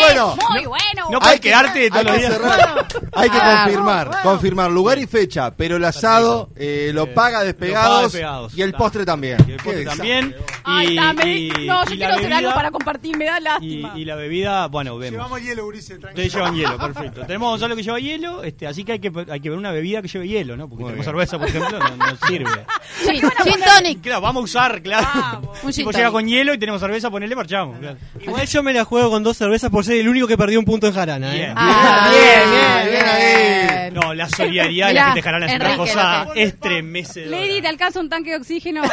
[SPEAKER 3] Bueno,
[SPEAKER 2] es muy bueno.
[SPEAKER 6] No
[SPEAKER 3] Hay
[SPEAKER 6] puedes
[SPEAKER 3] que-
[SPEAKER 6] quedarte todos
[SPEAKER 3] Hay
[SPEAKER 6] los
[SPEAKER 3] que
[SPEAKER 6] días.
[SPEAKER 3] cerrar. Hay que
[SPEAKER 7] Ah,
[SPEAKER 3] confirmar. Confirmar lugar y fecha. Pero el asado eh, lo paga
[SPEAKER 6] Lo paga
[SPEAKER 3] despegados.
[SPEAKER 6] Despegados.
[SPEAKER 3] Y el
[SPEAKER 6] Está.
[SPEAKER 3] postre también.
[SPEAKER 6] Y el
[SPEAKER 3] Qué
[SPEAKER 6] postre
[SPEAKER 3] desastre.
[SPEAKER 6] también.
[SPEAKER 4] Ay,
[SPEAKER 9] Y-
[SPEAKER 4] dame.
[SPEAKER 9] y-
[SPEAKER 4] no, yo
[SPEAKER 9] y la
[SPEAKER 4] quiero hacer
[SPEAKER 9] bebida-
[SPEAKER 4] algo para compartir, me da
[SPEAKER 6] Y,
[SPEAKER 4] lástima.
[SPEAKER 6] y la bebida, bueno, vemos.
[SPEAKER 8] Llevamos hielo, Ulises, tranquilo.
[SPEAKER 6] Ustedes llevan hielo, perfecto. Tenemos a Gonzalo que lleva hielo, este, así que hay, que hay que ver una bebida que lleve hielo, ¿no? Porque tenemos cerveza, por ejemplo, no, no sirve.
[SPEAKER 7] Gin, gin tonic.
[SPEAKER 6] Claro, vamos a usar, claro.
[SPEAKER 7] Un gin
[SPEAKER 6] Tipo llega
[SPEAKER 7] tonic.
[SPEAKER 6] con hielo y tenemos cerveza, ponele, marchamos. claro.
[SPEAKER 9] Igual yo me la juego con dos cervezas por ser el único que perdió un punto en jarana. ¿eh?
[SPEAKER 2] Ah,
[SPEAKER 6] Ah, No, la solidaridad de la
[SPEAKER 4] Mirá,
[SPEAKER 6] gente de Jarana es una
[SPEAKER 4] Enrique,
[SPEAKER 6] cosa
[SPEAKER 4] lo
[SPEAKER 6] estremecedora.
[SPEAKER 4] Lady, ¿te alcanza un tanque de oxígeno? sí,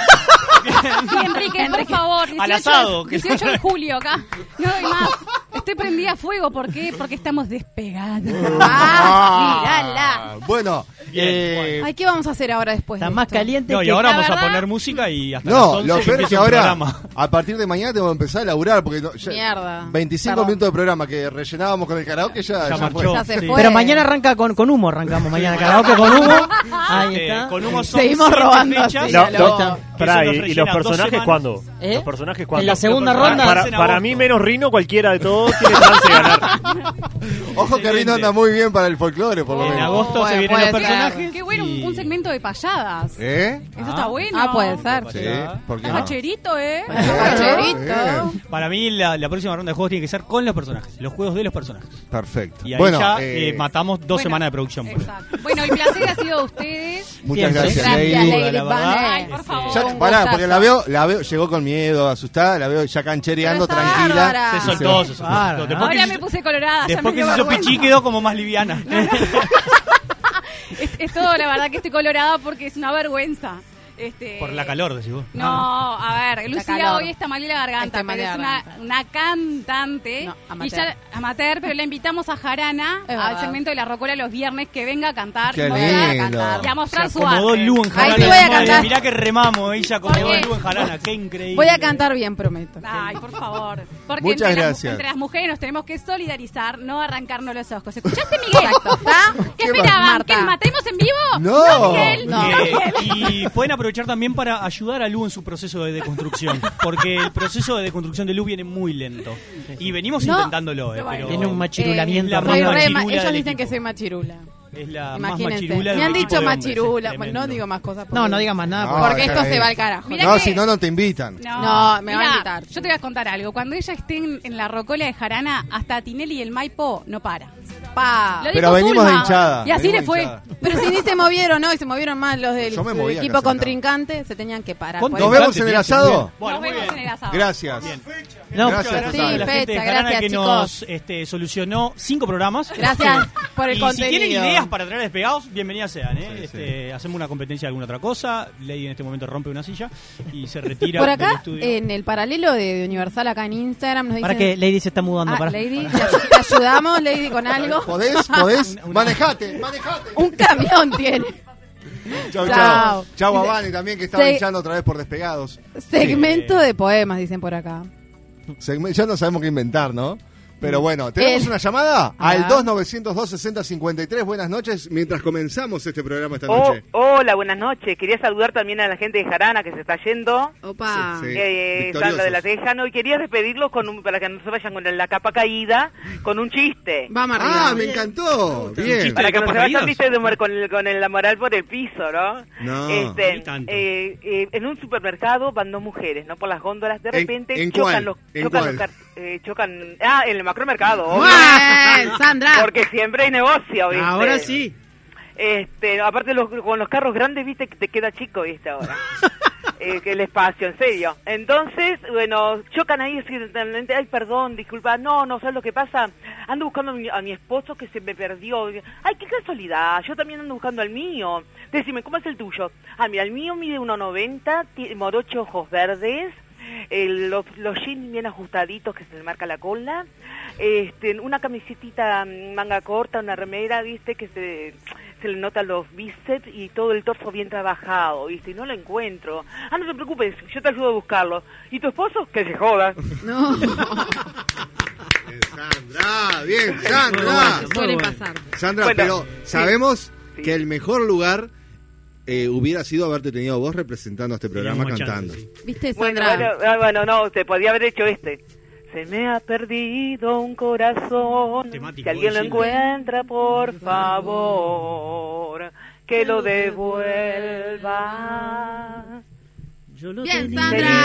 [SPEAKER 4] Enrique,
[SPEAKER 11] Enrique.
[SPEAKER 4] por favor. 18,
[SPEAKER 6] Al asado, que-
[SPEAKER 4] 18 de julio acá. No doy más. Estoy prendida a fuego. ¿Por qué? Porque estamos despegados.
[SPEAKER 3] Uh,
[SPEAKER 7] Ah,
[SPEAKER 3] Bueno, eh,
[SPEAKER 7] mírala. Ay, ¿qué vamos a hacer ahora después? Está más
[SPEAKER 5] caliente
[SPEAKER 6] No, y ahora vamos a poner música y hasta las
[SPEAKER 3] No,
[SPEAKER 6] 11
[SPEAKER 3] lo peor es
[SPEAKER 6] empieza
[SPEAKER 3] que
[SPEAKER 6] un
[SPEAKER 3] ahora,
[SPEAKER 6] programa.
[SPEAKER 3] a partir de mañana tengo que empezar a laburar, porque no- ya-
[SPEAKER 7] Mierda.
[SPEAKER 3] 25
[SPEAKER 7] Perdón.
[SPEAKER 3] minutos de programa que rellenábamos con el karaoke ya, ya fue.
[SPEAKER 7] Ya se fue. Ah,
[SPEAKER 5] Pero mañana arranca con, con humo, arrancamos mañana karaoke con humo. Ahí
[SPEAKER 6] Eh,
[SPEAKER 5] está.
[SPEAKER 6] con humo son
[SPEAKER 5] Seguimos
[SPEAKER 6] siete
[SPEAKER 5] robando,
[SPEAKER 6] fechas.
[SPEAKER 5] sí,
[SPEAKER 10] No,
[SPEAKER 5] a la
[SPEAKER 10] no,
[SPEAKER 5] boca.
[SPEAKER 10] pará,
[SPEAKER 6] Eso nos
[SPEAKER 10] y- y,
[SPEAKER 6] rellena
[SPEAKER 10] los
[SPEAKER 6] dos
[SPEAKER 10] personajes
[SPEAKER 6] semanas.
[SPEAKER 10] cuándo?
[SPEAKER 5] ¿Eh?
[SPEAKER 10] Los personajes cuándo?
[SPEAKER 5] la segunda
[SPEAKER 10] Para-
[SPEAKER 5] ronda.
[SPEAKER 10] Para,
[SPEAKER 5] En
[SPEAKER 10] para mí menos Rino, cualquiera de todos tiene chance de ganar.
[SPEAKER 3] Ojo que Rino anda muy bien para el folclore, por lo
[SPEAKER 6] En
[SPEAKER 3] menos.
[SPEAKER 6] agosto se
[SPEAKER 7] Bueno,
[SPEAKER 6] vienen los
[SPEAKER 7] puede ser.
[SPEAKER 6] personajes.
[SPEAKER 4] Qué bueno,
[SPEAKER 6] y-
[SPEAKER 4] un segmento de payadas.
[SPEAKER 3] ¿Eh?
[SPEAKER 4] Eso está bueno.
[SPEAKER 7] Ah, puede ser.
[SPEAKER 3] Sí, ¿por qué no?
[SPEAKER 4] Facherito, ¿eh?
[SPEAKER 3] Ah,
[SPEAKER 7] Cacherito.
[SPEAKER 6] Para mí la, la próxima ronda de juegos tiene que ser con los personajes, los juegos de los personajes.
[SPEAKER 3] Perfecto.
[SPEAKER 6] Y ahí
[SPEAKER 3] Bueno,
[SPEAKER 6] ya
[SPEAKER 3] eh,
[SPEAKER 6] eh, matamos dos
[SPEAKER 4] Bueno,
[SPEAKER 6] semanas de producción. por ejemplo.
[SPEAKER 4] Exacto. Bueno, el placer ha sido de ustedes.
[SPEAKER 3] muchas
[SPEAKER 5] Siempre.
[SPEAKER 3] gracias,
[SPEAKER 7] Gracias,
[SPEAKER 3] Lady.
[SPEAKER 7] Lady
[SPEAKER 6] La verdad,
[SPEAKER 7] Banner.
[SPEAKER 4] Ay, por favor.
[SPEAKER 3] Ya-
[SPEAKER 7] Un
[SPEAKER 3] pará,
[SPEAKER 7] gustazo.
[SPEAKER 3] porque la veo, la veo, llegó con miedo, asustada, la veo ya canchereando,
[SPEAKER 7] Pero está
[SPEAKER 3] tranquila.
[SPEAKER 7] bárbara.
[SPEAKER 6] Se
[SPEAKER 3] Y Ah,
[SPEAKER 6] soltó,
[SPEAKER 3] va.
[SPEAKER 6] se soltó.
[SPEAKER 5] Bárbara.
[SPEAKER 6] Después que
[SPEAKER 4] Ahora
[SPEAKER 6] se-
[SPEAKER 4] me puse colorada. ya
[SPEAKER 6] Después
[SPEAKER 4] me
[SPEAKER 6] que
[SPEAKER 4] dio
[SPEAKER 6] se hizo
[SPEAKER 4] vergüenza.
[SPEAKER 6] pichí quedó como más liviana.
[SPEAKER 4] Es, es todo, la verdad, que estoy colorada porque es una vergüenza. Este,
[SPEAKER 6] Por la calor, decís vos. Ah.
[SPEAKER 4] No, a ver,
[SPEAKER 7] Mucha
[SPEAKER 4] Lucía
[SPEAKER 7] calor.
[SPEAKER 4] hoy está mal de la garganta,
[SPEAKER 7] Estoy mal
[SPEAKER 4] pero
[SPEAKER 7] de
[SPEAKER 4] es
[SPEAKER 7] la
[SPEAKER 4] una,
[SPEAKER 7] garganta.
[SPEAKER 4] una cantante.
[SPEAKER 7] No,
[SPEAKER 4] y
[SPEAKER 7] amateur.
[SPEAKER 4] ya amateur, pero la invitamos a Jarana,
[SPEAKER 7] Es
[SPEAKER 4] al
[SPEAKER 7] verdad.
[SPEAKER 4] segmento de la Rocola los viernes, que venga a cantar
[SPEAKER 3] Qué
[SPEAKER 4] y, mostrar-
[SPEAKER 3] lindo.
[SPEAKER 4] y a mostrar
[SPEAKER 6] Se
[SPEAKER 4] su
[SPEAKER 6] acomodó
[SPEAKER 4] arte.
[SPEAKER 6] Lu en
[SPEAKER 7] Ahí
[SPEAKER 6] jarana.
[SPEAKER 7] sí voy a
[SPEAKER 6] Madre,
[SPEAKER 7] cantar.
[SPEAKER 6] Mirá que remamos, ella acomodó
[SPEAKER 7] Porque-
[SPEAKER 6] Lu en jarana. Qué increíble.
[SPEAKER 7] Voy a cantar bien, prometo.
[SPEAKER 4] Ay, por favor. Porque
[SPEAKER 3] Muchas
[SPEAKER 4] entre, las,
[SPEAKER 3] gracias.
[SPEAKER 4] entre las mujeres nos tenemos que solidarizar, no arrancarnos los ojos. ¿Escuchaste, Miguel?
[SPEAKER 7] ¿Está?
[SPEAKER 4] ¿Qué
[SPEAKER 3] Qué
[SPEAKER 4] esperaban?
[SPEAKER 7] bárbaro.
[SPEAKER 4] ¿Que
[SPEAKER 7] Marta.
[SPEAKER 4] matemos en vivo?
[SPEAKER 3] No.
[SPEAKER 4] Miguel.
[SPEAKER 7] No.
[SPEAKER 6] Eh, y pueden aprovechar también para ayudar a Lu en su proceso de deconstrucción. Porque el proceso de deconstrucción de Lu viene muy lento. Y venimos
[SPEAKER 7] No.
[SPEAKER 6] intentándolo, eh,
[SPEAKER 4] Lo
[SPEAKER 6] pero
[SPEAKER 5] Tiene un
[SPEAKER 6] Eh, la
[SPEAKER 5] machirulamiento.
[SPEAKER 7] Soy
[SPEAKER 5] raro.
[SPEAKER 6] más
[SPEAKER 7] re
[SPEAKER 6] machirula
[SPEAKER 7] ma- ellos
[SPEAKER 6] del
[SPEAKER 7] dicen
[SPEAKER 6] equipo.
[SPEAKER 7] que soy machirula.
[SPEAKER 6] es la más
[SPEAKER 7] Imagínense.
[SPEAKER 6] machirula. del
[SPEAKER 7] Me han
[SPEAKER 6] equipo
[SPEAKER 7] dicho
[SPEAKER 6] de hombres, es
[SPEAKER 7] machirula. Bueno, no
[SPEAKER 6] tremendo.
[SPEAKER 7] digo más cosas. porque-
[SPEAKER 5] No, no digas más nada.
[SPEAKER 3] No,
[SPEAKER 5] porque-
[SPEAKER 7] Porque esto
[SPEAKER 3] déjala
[SPEAKER 7] se
[SPEAKER 3] ahí.
[SPEAKER 7] va al carajo.
[SPEAKER 4] Mirá
[SPEAKER 3] Ah, No,
[SPEAKER 4] que-
[SPEAKER 3] si no, no te invitan.
[SPEAKER 7] No, me van a
[SPEAKER 4] Mirá,
[SPEAKER 7] invitar.
[SPEAKER 4] Yo te voy a contar algo. Cuando ella esté en, en la rocola de Jarana, hasta Tinelli y el Maipo no para.
[SPEAKER 7] Pa.
[SPEAKER 4] Lo
[SPEAKER 3] Pero
[SPEAKER 4] dijo
[SPEAKER 3] venimos
[SPEAKER 4] Zulma.
[SPEAKER 7] Ah,
[SPEAKER 3] de hinchada.
[SPEAKER 4] Y así
[SPEAKER 3] venimos
[SPEAKER 4] le fue.
[SPEAKER 3] de hinchada.
[SPEAKER 7] Pero si ni se movieron hoy, se movieron más los del
[SPEAKER 3] Yo me
[SPEAKER 7] del
[SPEAKER 3] movía
[SPEAKER 7] equipo
[SPEAKER 3] acá sentado.
[SPEAKER 7] contrincante, se tenían que parar.
[SPEAKER 6] Con-
[SPEAKER 7] por
[SPEAKER 3] Nos
[SPEAKER 7] eso.
[SPEAKER 3] vemos en el asado.
[SPEAKER 4] Nos
[SPEAKER 6] Bueno, muy
[SPEAKER 4] vemos
[SPEAKER 6] bien.
[SPEAKER 4] en el asado.
[SPEAKER 3] Gracias.
[SPEAKER 5] No,
[SPEAKER 3] Gracias,
[SPEAKER 6] Gracias a
[SPEAKER 3] Total.
[SPEAKER 6] la gente de
[SPEAKER 7] fecha,
[SPEAKER 6] Jarana
[SPEAKER 7] gracias,
[SPEAKER 6] que
[SPEAKER 7] chicos.
[SPEAKER 6] nos este, solucionó cinco programas.
[SPEAKER 7] Gracias por el
[SPEAKER 6] y
[SPEAKER 7] contenido.
[SPEAKER 6] si tienen ideas para traer a despegados, bienvenidas sean. ¿eh? Este, Hacemos una competencia de alguna otra cosa. Lady en este momento rompe una silla y se retira
[SPEAKER 7] Por
[SPEAKER 6] del
[SPEAKER 7] acá, eh,
[SPEAKER 6] estudio.
[SPEAKER 7] en el paralelo de de Universal, acá en Instagram, nos dicen...
[SPEAKER 5] Para que Lady se está mudando.
[SPEAKER 7] Ah,
[SPEAKER 5] para.
[SPEAKER 7] Lady, te ay- te ayudamos, Lady, con algo.
[SPEAKER 3] ¿Podés? ¿Podés? Manejate, manejate.
[SPEAKER 7] Un camión tiene.
[SPEAKER 3] Chau,
[SPEAKER 7] Chau.
[SPEAKER 3] chau. Chau a
[SPEAKER 7] Dice-
[SPEAKER 3] Vane también que estaba
[SPEAKER 7] Sí.
[SPEAKER 3] hinchando otra vez por despegados.
[SPEAKER 7] Segmento de poemas, dicen por acá.
[SPEAKER 3] Segme- Ya no sabemos qué inventar, ¿no?
[SPEAKER 12] Mm.
[SPEAKER 3] Pero bueno, tenemos
[SPEAKER 7] El-
[SPEAKER 3] una llamada
[SPEAKER 7] Ah.
[SPEAKER 3] al 2902-6053. Buenas noches, mientras comenzamos este programa esta
[SPEAKER 12] Oh,
[SPEAKER 3] noche.
[SPEAKER 12] hola, buenas noches. Quería saludar también a la gente de Jarana que se está yendo.
[SPEAKER 7] Opa.
[SPEAKER 3] Sí, sí.
[SPEAKER 12] Eh,
[SPEAKER 3] victoriosos.
[SPEAKER 12] Sandra de la Tejano. Y quería despedirlos con un- para que no se vayan con la capa caída, con un chiste.
[SPEAKER 7] Vamos arriba.
[SPEAKER 3] Ah, me encantó. Bien.
[SPEAKER 6] chiste.
[SPEAKER 12] Para que no
[SPEAKER 6] ¿Capas
[SPEAKER 12] se vayan
[SPEAKER 6] caídas?
[SPEAKER 12] viste, de mor- con, el- con el- la moral por el piso, ¿no?
[SPEAKER 3] No,
[SPEAKER 12] Este,
[SPEAKER 6] ni tanto.
[SPEAKER 12] eh, eh, en un supermercado van dos mujeres, ¿no? Por las góndolas. De
[SPEAKER 3] ¿En-
[SPEAKER 12] repente
[SPEAKER 3] en cuál?
[SPEAKER 12] chocan los...
[SPEAKER 3] ¿En
[SPEAKER 12] chocan,
[SPEAKER 3] cuál?
[SPEAKER 12] los car- eh, chocan- Ah, en el macromercado. obvio.
[SPEAKER 7] Bien, Sandra.
[SPEAKER 12] Porque siempre hay negocio, ¿viste?
[SPEAKER 9] Ahora sí.
[SPEAKER 12] Este, aparte los, con los carros grandes, viste que te queda chico, viste ahora. Eh, que el espacio, en serio. Entonces, bueno, chocan ahí, accidentalmente, ay, perdón, disculpa, no, no, ¿sabes lo que pasa? Ando buscando a mi, a mi esposo que se me perdió. Ay, qué casualidad, yo también ando buscando al mío. Decime, ¿cómo es el tuyo? Ah, mira, el mío mide 1,90, ti- morocho ojos verdes,
[SPEAKER 6] Eh,
[SPEAKER 12] el- eh, los, los jeans bien ajustaditos que se le marca la cola, este, una camisetita mm, manga corta, una remera, viste, que se, se le notan los bíceps y todo el torso bien trabajado, viste, y no lo encuentro. Ah, no te preocupes, yo te ayudo a buscarlo. ¿Y tu esposo? Que se joda.
[SPEAKER 7] No,
[SPEAKER 3] Sandra, bien, Sandra.
[SPEAKER 7] suele pasar.
[SPEAKER 3] Sandra,
[SPEAKER 12] Bueno,
[SPEAKER 3] pero sabemos
[SPEAKER 12] Sí.
[SPEAKER 3] que el mejor lugar eh, hubiera sido haberte tenido vos representando a este programa
[SPEAKER 6] Teníamos más
[SPEAKER 3] cantando.
[SPEAKER 6] chances,
[SPEAKER 7] ¿Viste,
[SPEAKER 12] Bueno,
[SPEAKER 7] Sandra?
[SPEAKER 12] bueno, ah, bueno, no, te podía haber hecho este. Se me ha perdido un corazón.
[SPEAKER 6] Temático,
[SPEAKER 12] si alguien lo
[SPEAKER 6] sí.
[SPEAKER 12] encuentra, por favor, que lo devuelva.
[SPEAKER 13] Yo lo
[SPEAKER 12] Bien,
[SPEAKER 13] tenía.
[SPEAKER 12] Sandra.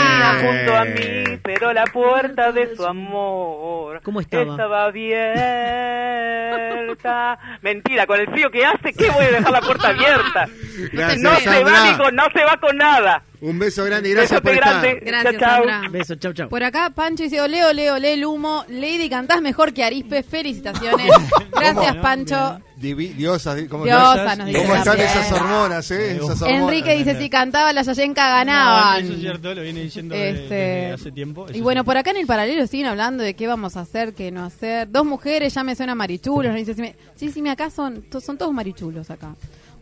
[SPEAKER 12] junto a
[SPEAKER 13] Eh.
[SPEAKER 12] mí, pero la puerta de su amor
[SPEAKER 13] ¿Cómo estaba?
[SPEAKER 12] abierta. Mentira, con el frío que hace, ¿qué voy a dejar la puerta abierta?
[SPEAKER 14] Gracias,
[SPEAKER 12] no se va
[SPEAKER 14] Sandra.
[SPEAKER 12] ni con, no se va con nada.
[SPEAKER 14] Un beso grande y gracias
[SPEAKER 12] Besote
[SPEAKER 14] por estar.
[SPEAKER 12] grande.
[SPEAKER 7] Gracias, Chau, chau. Sandra.
[SPEAKER 13] Beso, chau, chau.
[SPEAKER 7] Por acá Pancho dice, olé, olé, olé el humo. Lady, cantás mejor que Arispe. Felicitaciones. Gracias, Pancho.
[SPEAKER 14] Divi- Diosas, di- ¿cómo,
[SPEAKER 7] Diosas,
[SPEAKER 14] Diosas.
[SPEAKER 7] nos
[SPEAKER 14] ¿Cómo
[SPEAKER 7] dice
[SPEAKER 14] están
[SPEAKER 7] también.
[SPEAKER 14] esas hormonas, eh? Esas hormonas.
[SPEAKER 7] Enrique dice, si cantaba la Yayenka
[SPEAKER 6] No,
[SPEAKER 7] ganaban.
[SPEAKER 6] eso es cierto, lo viene diciendo de-
[SPEAKER 7] Este,
[SPEAKER 6] desde hace tiempo.
[SPEAKER 7] Y bueno, por acá en el paralelo siguen hablando de qué vamos a hacer, qué no hacer. Dos mujeres, ya me suena marichulos. nos dice, si me- sí, sí, me acá son, to- son todos marichulos acá.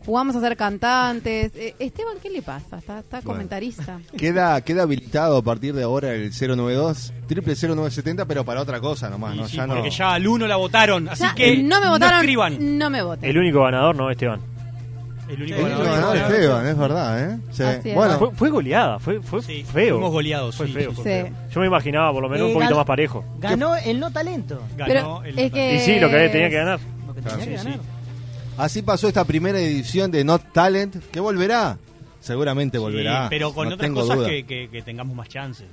[SPEAKER 7] Jugamos a ser cantantes. Eh, Esteban, ¿qué le pasa? Está, está
[SPEAKER 14] Bueno.
[SPEAKER 7] comentarista.
[SPEAKER 14] Queda, queda habilitado a partir de ahora el 092 triple 0970, pero para otra cosa nomás, ¿no?
[SPEAKER 6] Sí,
[SPEAKER 14] ya no.
[SPEAKER 6] porque ya al uno la votaron, así
[SPEAKER 7] Ya, eh,
[SPEAKER 6] que
[SPEAKER 7] no me votaron,
[SPEAKER 6] escriban.
[SPEAKER 7] no me voten.
[SPEAKER 10] El único ganador, no, Esteban.
[SPEAKER 6] El único
[SPEAKER 14] El único ganador es Esteban, es verdad, ¿eh? Sí.
[SPEAKER 7] Así es. Ah,
[SPEAKER 10] Bueno, fue, fue goleada, fue, fue feo.
[SPEAKER 6] fuimos goleados,
[SPEAKER 10] Fue
[SPEAKER 6] sí,
[SPEAKER 10] feo,
[SPEAKER 6] sí,
[SPEAKER 10] fue
[SPEAKER 6] sí.
[SPEAKER 10] feo. Yo me imaginaba por lo menos
[SPEAKER 5] Eh,
[SPEAKER 10] un poquito
[SPEAKER 5] gan-
[SPEAKER 10] más parejo.
[SPEAKER 5] Ganó el no talento.
[SPEAKER 7] Pero el no es talento. que-
[SPEAKER 10] Y sí, lo que tenía que ganar.
[SPEAKER 5] Lo que tenía
[SPEAKER 14] Claro.
[SPEAKER 5] que ganar.
[SPEAKER 14] Así pasó esta primera edición de Not Talent, que volverá. Seguramente
[SPEAKER 6] Sí,
[SPEAKER 14] volverá.
[SPEAKER 6] pero con
[SPEAKER 14] no
[SPEAKER 6] otras
[SPEAKER 14] tengo
[SPEAKER 6] cosas
[SPEAKER 14] duda.
[SPEAKER 6] que, que- que tengamos más chances.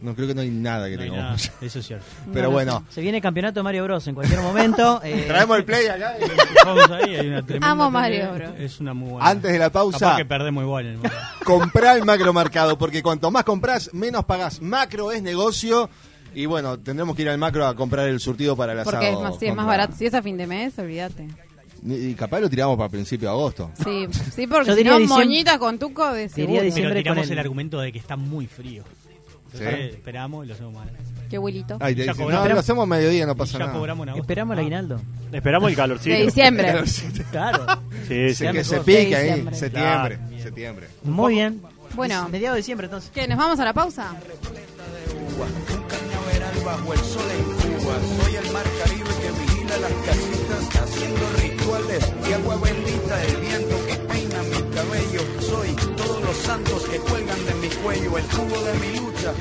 [SPEAKER 14] No creo que no hay nada que
[SPEAKER 6] No hay
[SPEAKER 14] tengamos.
[SPEAKER 6] nada, eso es cierto.
[SPEAKER 14] Pero
[SPEAKER 5] No,
[SPEAKER 14] bueno.
[SPEAKER 5] Se viene el campeonato de Mario Bros. en cualquier momento. eh,
[SPEAKER 14] Traemos el play acá.
[SPEAKER 6] Vamos ahí, hay una tremenda
[SPEAKER 7] Amo a
[SPEAKER 6] pelea.
[SPEAKER 7] Mario Bros.
[SPEAKER 6] Es una
[SPEAKER 7] Ah,
[SPEAKER 6] muy buena.
[SPEAKER 14] Antes de la pausa.
[SPEAKER 6] Capaz que perdemos igual. en el momento.
[SPEAKER 14] Comprá el macro mercado, porque cuanto más compras, menos pagás. Macro es negocio. Y bueno, tendremos que ir al macro a comprar el surtido para el asado.
[SPEAKER 7] Porque es más, sí, es más
[SPEAKER 14] Compra.
[SPEAKER 7] barato. Si es a fin de mes, olvídate.
[SPEAKER 14] Y y capaz lo tiramos para principio de agosto.
[SPEAKER 7] Sí, sí porque
[SPEAKER 5] Yo
[SPEAKER 7] si
[SPEAKER 5] diría
[SPEAKER 7] no,
[SPEAKER 5] diciembre-
[SPEAKER 7] moñita con tuco de seguro.
[SPEAKER 6] Pero tiramos el argumento de que está muy frío. Entonces, Esperamos y lo hacemos mal.
[SPEAKER 7] Qué abuelito.
[SPEAKER 14] Ay, te
[SPEAKER 6] Ya
[SPEAKER 14] dicen,
[SPEAKER 6] cobramos.
[SPEAKER 14] no, lo hacemos a mediodía, no pasa
[SPEAKER 6] Ya
[SPEAKER 14] nada.
[SPEAKER 6] cobramos en agosto.
[SPEAKER 5] Esperamos el aguinaldo.
[SPEAKER 10] Esperamos el calorcito.
[SPEAKER 7] De diciembre.
[SPEAKER 5] Claro.
[SPEAKER 10] Sí, sí.
[SPEAKER 14] Se- que se
[SPEAKER 5] mejor.
[SPEAKER 14] pique
[SPEAKER 5] Sí,
[SPEAKER 14] ahí,
[SPEAKER 5] siempre.
[SPEAKER 14] septiembre, septiembre.
[SPEAKER 5] Muy bien.
[SPEAKER 7] Bueno.
[SPEAKER 5] Mediados de diciembre, entonces.
[SPEAKER 7] ¿Qué, nos vamos a la pausa?
[SPEAKER 2] Cañaveral bajo el sol en Cuba. Soy el mar Caribe que vigila las casitas haciendo rituales y agua bendita el viento que peina mi cabello. Soy todos los santos que cuelgan de mi cuello el cubo de mi lucha.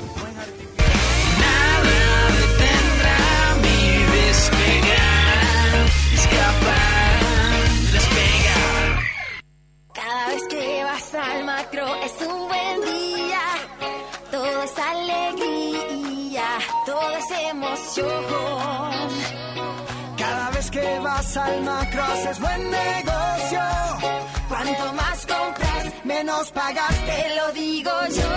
[SPEAKER 15] Nada detendrá mi despegar, escapar, despegar.
[SPEAKER 16] Cada vez que vas al macro es un buen día. Todo es alegría, todo es emoción.
[SPEAKER 2] Cada vez que vas al macro haces buen negocio.
[SPEAKER 16] Cuanto más compras, menos pagas, te lo digo yo.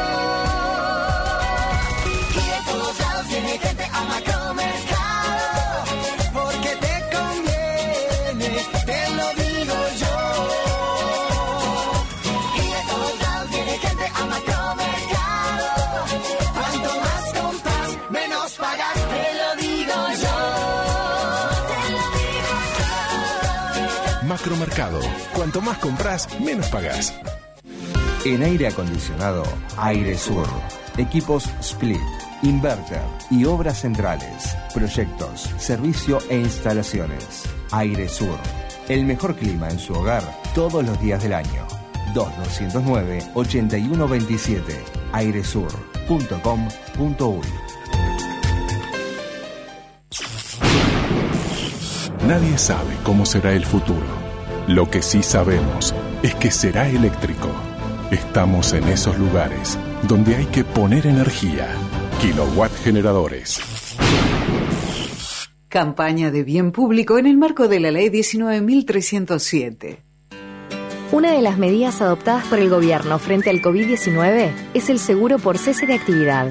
[SPEAKER 2] Y de todos lados viene gente a Macromercado. Porque te conviene, te lo digo yo. Y de todos lados viene gente a Macromercado. Cuanto más compras, menos pagas, te lo digo yo. Te lo digo
[SPEAKER 17] Macromercado. Cuanto más compras, menos pagas.
[SPEAKER 3] En aire acondicionado, Aire Sur, equipos Split, Inverter y obras centrales, proyectos, servicio e instalaciones. Aire Sur, el mejor clima en su hogar todos los días del año. 2209-8127, airesur.com.uy.
[SPEAKER 17] Nadie sabe cómo será el futuro. Lo que sí sabemos es que será eléctrico. Estamos en esos lugares donde hay que poner energía. Kilowatt generadores.
[SPEAKER 18] Campaña de bien público en el marco de la Ley 19.307.
[SPEAKER 19] Una de las medidas adoptadas por el gobierno frente al COVID-19 es el seguro por cese de actividad.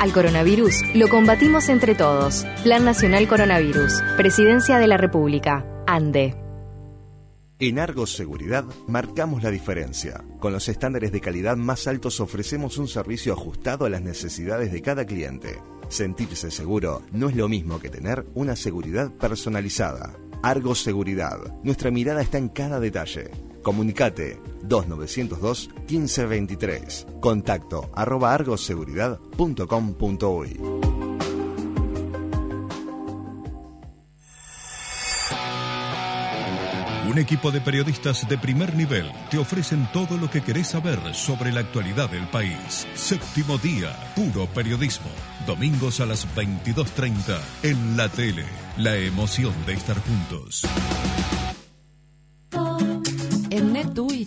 [SPEAKER 19] Al coronavirus lo combatimos entre todos. Plan Nacional Coronavirus. Presidencia de la República. Ande.
[SPEAKER 3] En Argos Seguridad marcamos la diferencia. Con los estándares de calidad más altos ofrecemos un servicio ajustado a las necesidades de cada cliente. Sentirse seguro no es lo mismo que tener una seguridad personalizada. Argos Seguridad. Nuestra mirada está en cada detalle. Comunicate 2902 1523. Contacto arroba argoseguridad.com.uy.
[SPEAKER 20] Un equipo de periodistas de primer nivel te ofrecen todo lo que querés saber sobre la actualidad del país. Séptimo día, puro periodismo. Domingos a las 22.30 en la tele. La emoción de estar juntos.
[SPEAKER 21] En NetUI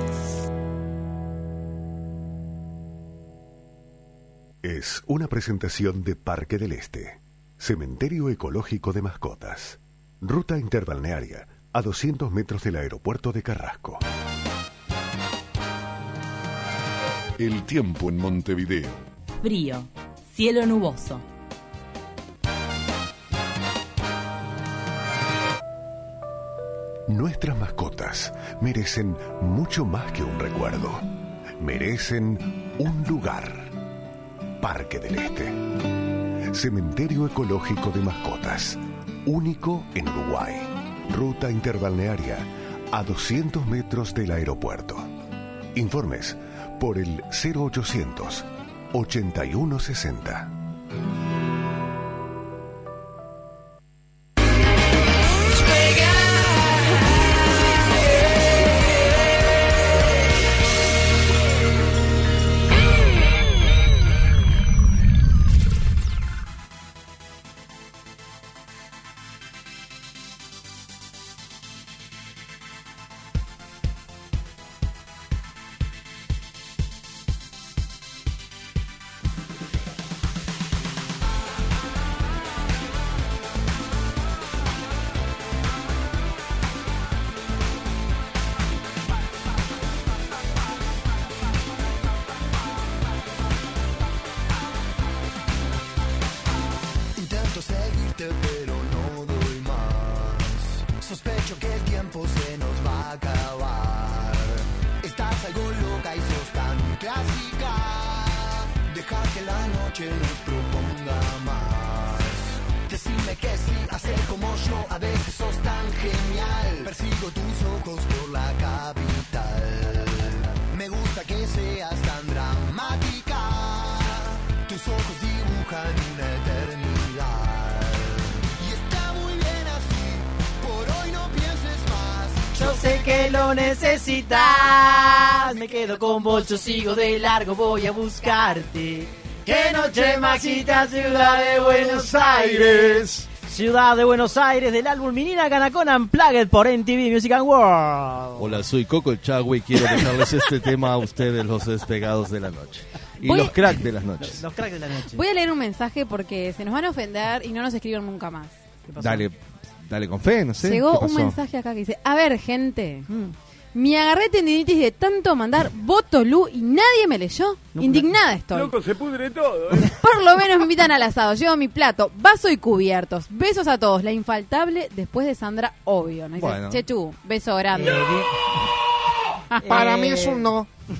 [SPEAKER 22] Es una presentación de Parque del Este, Cementerio Ecológico de Mascotas, ruta interbalnearia a 200 metros del aeropuerto de Carrasco.
[SPEAKER 17] El tiempo en Montevideo.
[SPEAKER 23] Frío. Cielo nuboso.
[SPEAKER 22] Nuestras mascotas merecen mucho más que un recuerdo. Merecen un lugar. Parque del Este. Cementerio Ecológico de Mascotas. Único en Uruguay. Ruta interbalnearia a 200 metros del aeropuerto. Informes por el 0800 8160.
[SPEAKER 24] Intento seguirte pero no doy más. Sospecho que el tiempo se nos va a acabar. Estás algo loca y sos tan clásica. Deja que la noche nos proponga más. Decime que sí, hacer como yo, a veces sos tan genial. Persigo tus ojos por la capital. Me gusta que seas tan dramática. Tus ojos dibujan una eternidad. Y está muy bien así, por hoy no pienses más.
[SPEAKER 5] Yo sé que lo necesitas. Me quedo con vos, yo sigo de largo, voy a buscarte. Qué noche maxita, ciudad de Buenos Aires. Ciudad de Buenos Aires del álbum Menina Canacona Unplugged por MTV Music and World.
[SPEAKER 14] Hola, soy Coco el Chagüe y quiero dejarles este tema a ustedes, los despegados de la noche. Y
[SPEAKER 4] Voy-
[SPEAKER 14] los crack de las noches.
[SPEAKER 5] Los cracks de la noche.
[SPEAKER 4] Voy a leer un mensaje porque se nos van a ofender y no nos escriben nunca más.
[SPEAKER 14] Dale, dale con fe, no sé.
[SPEAKER 4] Llegó
[SPEAKER 14] ¿qué
[SPEAKER 4] un
[SPEAKER 14] pasó?
[SPEAKER 4] mensaje acá que dice, a ver, gente,
[SPEAKER 5] Mm.
[SPEAKER 4] me agarré tendinitis de tanto mandar Botolú y nadie me leyó. Indignada estoy.
[SPEAKER 25] se pudre todo.
[SPEAKER 6] ¿eh?
[SPEAKER 4] Por lo menos me invitan al asado, llevo mi plato, vaso y cubiertos. Besos a todos, la infaltable después de Sandra, obvio. ¿no? Dice,
[SPEAKER 14] Bueno.
[SPEAKER 4] Chechu, beso
[SPEAKER 3] Ah,
[SPEAKER 4] grande.
[SPEAKER 5] Eh, Para mí es un
[SPEAKER 4] no.
[SPEAKER 3] Ah,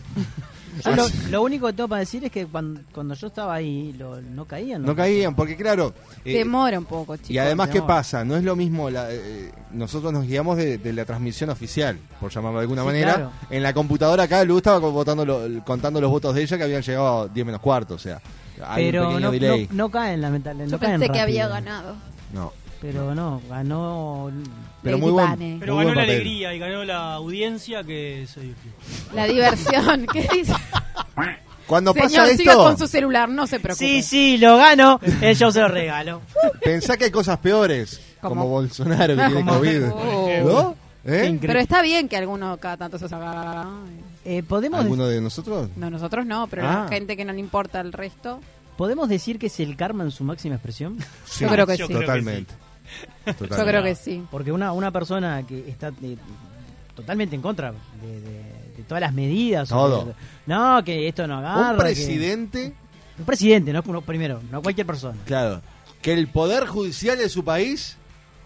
[SPEAKER 5] Yo lo, lo único que tengo para decir es que cuando, cuando yo estaba ahí lo- no caían.
[SPEAKER 3] No caían, porque claro. eh,
[SPEAKER 4] Demora un poco, chicos.
[SPEAKER 3] y además, ¿qué
[SPEAKER 4] demora.
[SPEAKER 3] pasa? No es lo mismo, la, eh, nosotros nos guiamos de, de la transmisión oficial, por llamarlo de alguna
[SPEAKER 4] Sí,
[SPEAKER 3] manera.
[SPEAKER 4] claro.
[SPEAKER 3] En la computadora acá, Lu estaba co- votando lo- contando los votos de ella que habían llegado a 10 menos cuarto, o sea, hay un
[SPEAKER 5] Pero
[SPEAKER 3] pequeño
[SPEAKER 5] no,
[SPEAKER 3] delay.
[SPEAKER 5] no- no caen, lamentablemente.
[SPEAKER 4] Yo
[SPEAKER 5] no caen
[SPEAKER 4] pensé que
[SPEAKER 5] rápido.
[SPEAKER 4] había ganado.
[SPEAKER 3] No.
[SPEAKER 5] Pero no, ganó.
[SPEAKER 3] Pero muy buen- Vane.
[SPEAKER 6] Pero ganó la alegría y ganó la audiencia que se divirtió.
[SPEAKER 4] La diversión, ¿qué dice?
[SPEAKER 3] Cuando
[SPEAKER 4] Señor,
[SPEAKER 3] pasa
[SPEAKER 4] siga
[SPEAKER 3] esto,
[SPEAKER 4] con su celular, no se preocupe.
[SPEAKER 5] Sí, sí, lo gano. eh, yo se lo regalo.
[SPEAKER 3] pensá que hay cosas peores, como Bolsonaro que tiene
[SPEAKER 5] Como-
[SPEAKER 3] COVID.
[SPEAKER 5] Oh.
[SPEAKER 3] ¿No? ¿Eh?
[SPEAKER 4] Pero está bien que alguno cada tanto se haga...
[SPEAKER 5] ¿Podemos,
[SPEAKER 3] ¿Alguno de nosotros?
[SPEAKER 4] No, nosotros no, pero
[SPEAKER 5] Ah.
[SPEAKER 4] la gente que no le importa el resto...
[SPEAKER 5] ¿Podemos decir que es el karma en su máxima expresión?
[SPEAKER 4] Sí, Yo creo que yo sí. creo que
[SPEAKER 3] Totalmente.
[SPEAKER 4] Yo creo que sí.
[SPEAKER 5] Porque una, una persona que está eh, totalmente en contra de, de- de todas las medidas. o
[SPEAKER 3] Todo.
[SPEAKER 5] de- no, que esto no agarra.
[SPEAKER 3] Un
[SPEAKER 5] que-
[SPEAKER 3] presidente.
[SPEAKER 5] Un presidente, no, no- primero, no cualquier persona.
[SPEAKER 3] Claro. Que el poder judicial de su país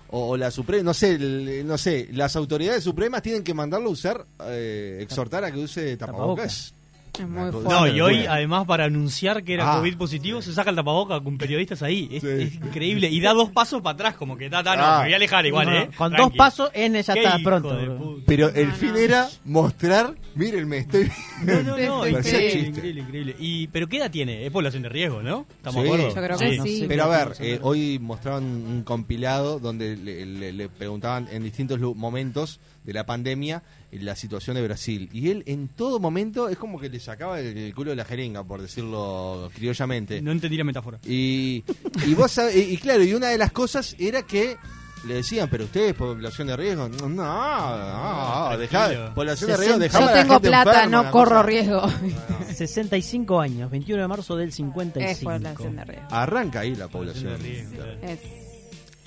[SPEAKER 3] o, o la Suprema, no sé, el- no sé, las autoridades supremas tienen que mandarlo a usar, eh, exhortar a que use tapabocas.
[SPEAKER 7] Es muy
[SPEAKER 3] Una cosa
[SPEAKER 6] No, y hoy
[SPEAKER 3] locura.
[SPEAKER 6] además para anunciar que era
[SPEAKER 3] Ah.
[SPEAKER 6] COVID positivo se saca el tapaboca con periodistas ahí. Es, es increíble. Y da dos pasos para atrás, como que está, no,
[SPEAKER 3] Ah.
[SPEAKER 6] me voy a alejar igual,
[SPEAKER 3] No,
[SPEAKER 6] ¿eh?
[SPEAKER 3] con dos
[SPEAKER 6] Tranqui.
[SPEAKER 26] pasos, N ya
[SPEAKER 6] Qué
[SPEAKER 26] está
[SPEAKER 6] hijo
[SPEAKER 26] pronto.
[SPEAKER 6] de
[SPEAKER 26] bro.
[SPEAKER 3] Pero el fin era mostrar, mírenme, estoy...
[SPEAKER 6] No, no, no,
[SPEAKER 3] Parecía
[SPEAKER 6] increíble,
[SPEAKER 3] chiste.
[SPEAKER 6] increíble, increíble. Y, ¿Pero qué edad tiene? Es población de riesgo, ¿no? ¿Estamos
[SPEAKER 3] Sí.
[SPEAKER 6] de acuerdo?
[SPEAKER 3] Pero a ver, eh, hoy mostraban un compilado donde le, le- le preguntaban en distintos lu- momentos de la pandemia eh, la situación de Brasil. Y él en todo momento es como que le sacaba el, el culo de la jeringa, por decirlo criollamente.
[SPEAKER 6] No entendí la metáfora.
[SPEAKER 3] Y, y vos sabés- y, y claro, y una de las cosas era que le decían, pero ustedes, población de riesgo, no,
[SPEAKER 6] Ah,
[SPEAKER 3] no, no, dejá-
[SPEAKER 26] tranquilo.
[SPEAKER 3] población de
[SPEAKER 26] Se
[SPEAKER 3] riesgo,
[SPEAKER 26] siente-
[SPEAKER 3] dejá
[SPEAKER 26] Yo
[SPEAKER 3] a la
[SPEAKER 26] tengo
[SPEAKER 3] gente
[SPEAKER 26] plata,
[SPEAKER 3] enferma,
[SPEAKER 26] no
[SPEAKER 3] una
[SPEAKER 26] corro
[SPEAKER 3] cosa.
[SPEAKER 26] riesgo.
[SPEAKER 5] 65 años, 21 de marzo del 55.
[SPEAKER 7] Es población de riesgo.
[SPEAKER 3] Arranca ahí la población.
[SPEAKER 7] Es-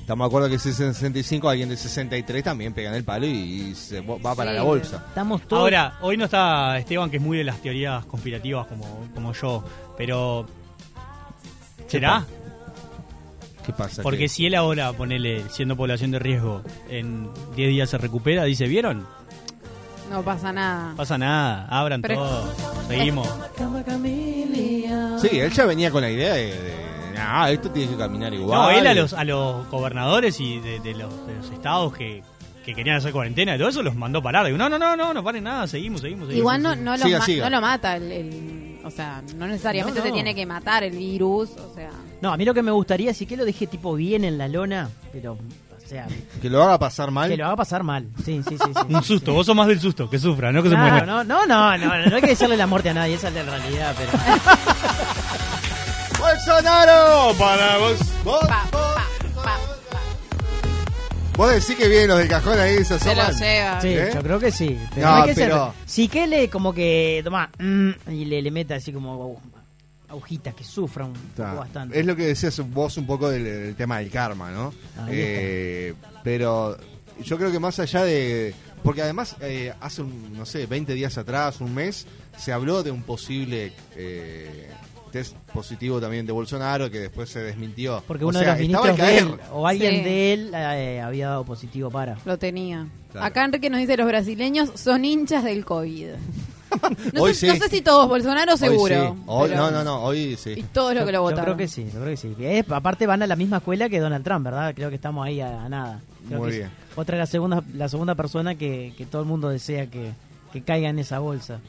[SPEAKER 3] Estamos de acuerdo que si es 65, alguien de 63 también pegan el palo y, y se vo- va para la bolsa.
[SPEAKER 6] Ahora, hoy no está Esteban, que es muy de las teorías conspirativas como, como yo, pero... ¿Será?
[SPEAKER 3] ¿Qué pasa?
[SPEAKER 6] Porque
[SPEAKER 3] ¿Qué?
[SPEAKER 6] si él ahora, ponele, siendo población de riesgo, en 10 días se recupera, dice, ¿vieron?
[SPEAKER 7] no pasa nada.
[SPEAKER 6] Pasa nada, abran
[SPEAKER 7] Pero-
[SPEAKER 6] todo, seguimos.
[SPEAKER 3] Sí, él ya venía con la idea de, de, "Nah, esto tiene que caminar igual.
[SPEAKER 6] No, él a los, a los gobernadores y de, de los, de los estados que, que querían hacer cuarentena y todo eso los mandó parar. Digo, no, no, no, no, no paren nada, seguimos, seguimos. seguimos
[SPEAKER 7] Igual no,
[SPEAKER 6] seguimos.
[SPEAKER 7] no, lo ma- no lo mata el, el- O sea, no necesariamente
[SPEAKER 5] No, no.
[SPEAKER 7] te tiene que matar el virus. O sea,
[SPEAKER 5] No, a mí lo que me gustaría es que lo deje tipo bien en la lona, pero, o sea,
[SPEAKER 3] Que lo haga pasar mal.
[SPEAKER 5] que lo haga pasar mal. Sí, sí, sí. sí.
[SPEAKER 6] Un susto, vos sos más del susto, que sufra, no que se
[SPEAKER 5] Claro,
[SPEAKER 6] muera.
[SPEAKER 5] no, no, no, no, no hay que decirle la muerte a nadie, esa es la realidad, pero...
[SPEAKER 3] ¡Bolsonaro! Para vos. Vos, vos decís que vienen los del cajón ahí, se
[SPEAKER 5] Se lo
[SPEAKER 3] asoman. ¿Eh?
[SPEAKER 5] llevan. Sí, yo creo que sí. Pero
[SPEAKER 3] No,
[SPEAKER 5] hay que ser-
[SPEAKER 3] pero-
[SPEAKER 5] Si que le como que toma mm, y le, le meta así como agu- agujitas que sufra un
[SPEAKER 3] Está.
[SPEAKER 5] poco bastante.
[SPEAKER 3] Es lo que decías vos un poco del, del tema del karma, ¿no?
[SPEAKER 5] Ahí
[SPEAKER 3] Eh, pero yo creo que más allá de... Porque además eh, hace, un, no sé, 20 días atrás, un mes, se habló de un posible eh, test positivo también de Bolsonaro que después se desmintió.
[SPEAKER 5] Porque
[SPEAKER 3] O
[SPEAKER 5] uno
[SPEAKER 3] sea,
[SPEAKER 5] de los
[SPEAKER 3] estaba al
[SPEAKER 5] ministros de él
[SPEAKER 3] caer.
[SPEAKER 5] o alguien
[SPEAKER 7] Sí.
[SPEAKER 5] de él eh, había dado positivo para.
[SPEAKER 7] lo tenía.
[SPEAKER 5] Claro.
[SPEAKER 7] Acá Enrique nos dice: los brasileños son hinchas del COVID. No,
[SPEAKER 3] Hoy
[SPEAKER 7] sé,
[SPEAKER 3] sí.
[SPEAKER 7] no sé si todos, Bolsonaro
[SPEAKER 3] Hoy
[SPEAKER 7] seguro.
[SPEAKER 3] sí. Oh. Hoy-
[SPEAKER 7] pero-
[SPEAKER 3] No, no, no, hoy sí.
[SPEAKER 7] Y todos los que lo
[SPEAKER 5] Yo-
[SPEAKER 7] votaron.
[SPEAKER 5] Yo creo que sí, yo creo que sí. Eh, aparte van a la misma escuela que Donald Trump, ¿verdad? Creo que estamos ahí a, a nada. Creo
[SPEAKER 3] Muy
[SPEAKER 5] que es
[SPEAKER 3] bien.
[SPEAKER 5] Otra la segunda, la segunda persona que, que todo el mundo desea que, que caiga en esa bolsa.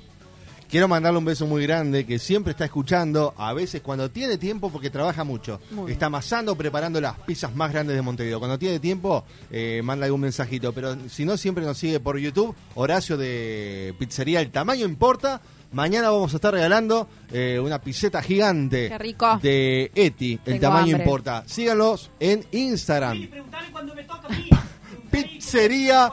[SPEAKER 3] Quiero mandarle un beso muy grande que siempre está escuchando, a veces cuando tiene tiempo porque trabaja mucho.
[SPEAKER 5] Muy
[SPEAKER 3] está amasando, preparando las pizzas más grandes de Montevideo. Cuando tiene tiempo, eh, manda algún mensajito. Pero si no, siempre nos sigue por YouTube. Horacio de Pizzería El Tamaño Importa. Mañana vamos a estar regalando eh, una piseta gigante
[SPEAKER 7] Qué rico.
[SPEAKER 3] de Eti. El
[SPEAKER 7] Tengo
[SPEAKER 3] Tamaño
[SPEAKER 7] hambre.
[SPEAKER 3] Importa. Síganlos en Instagram. Pizzería.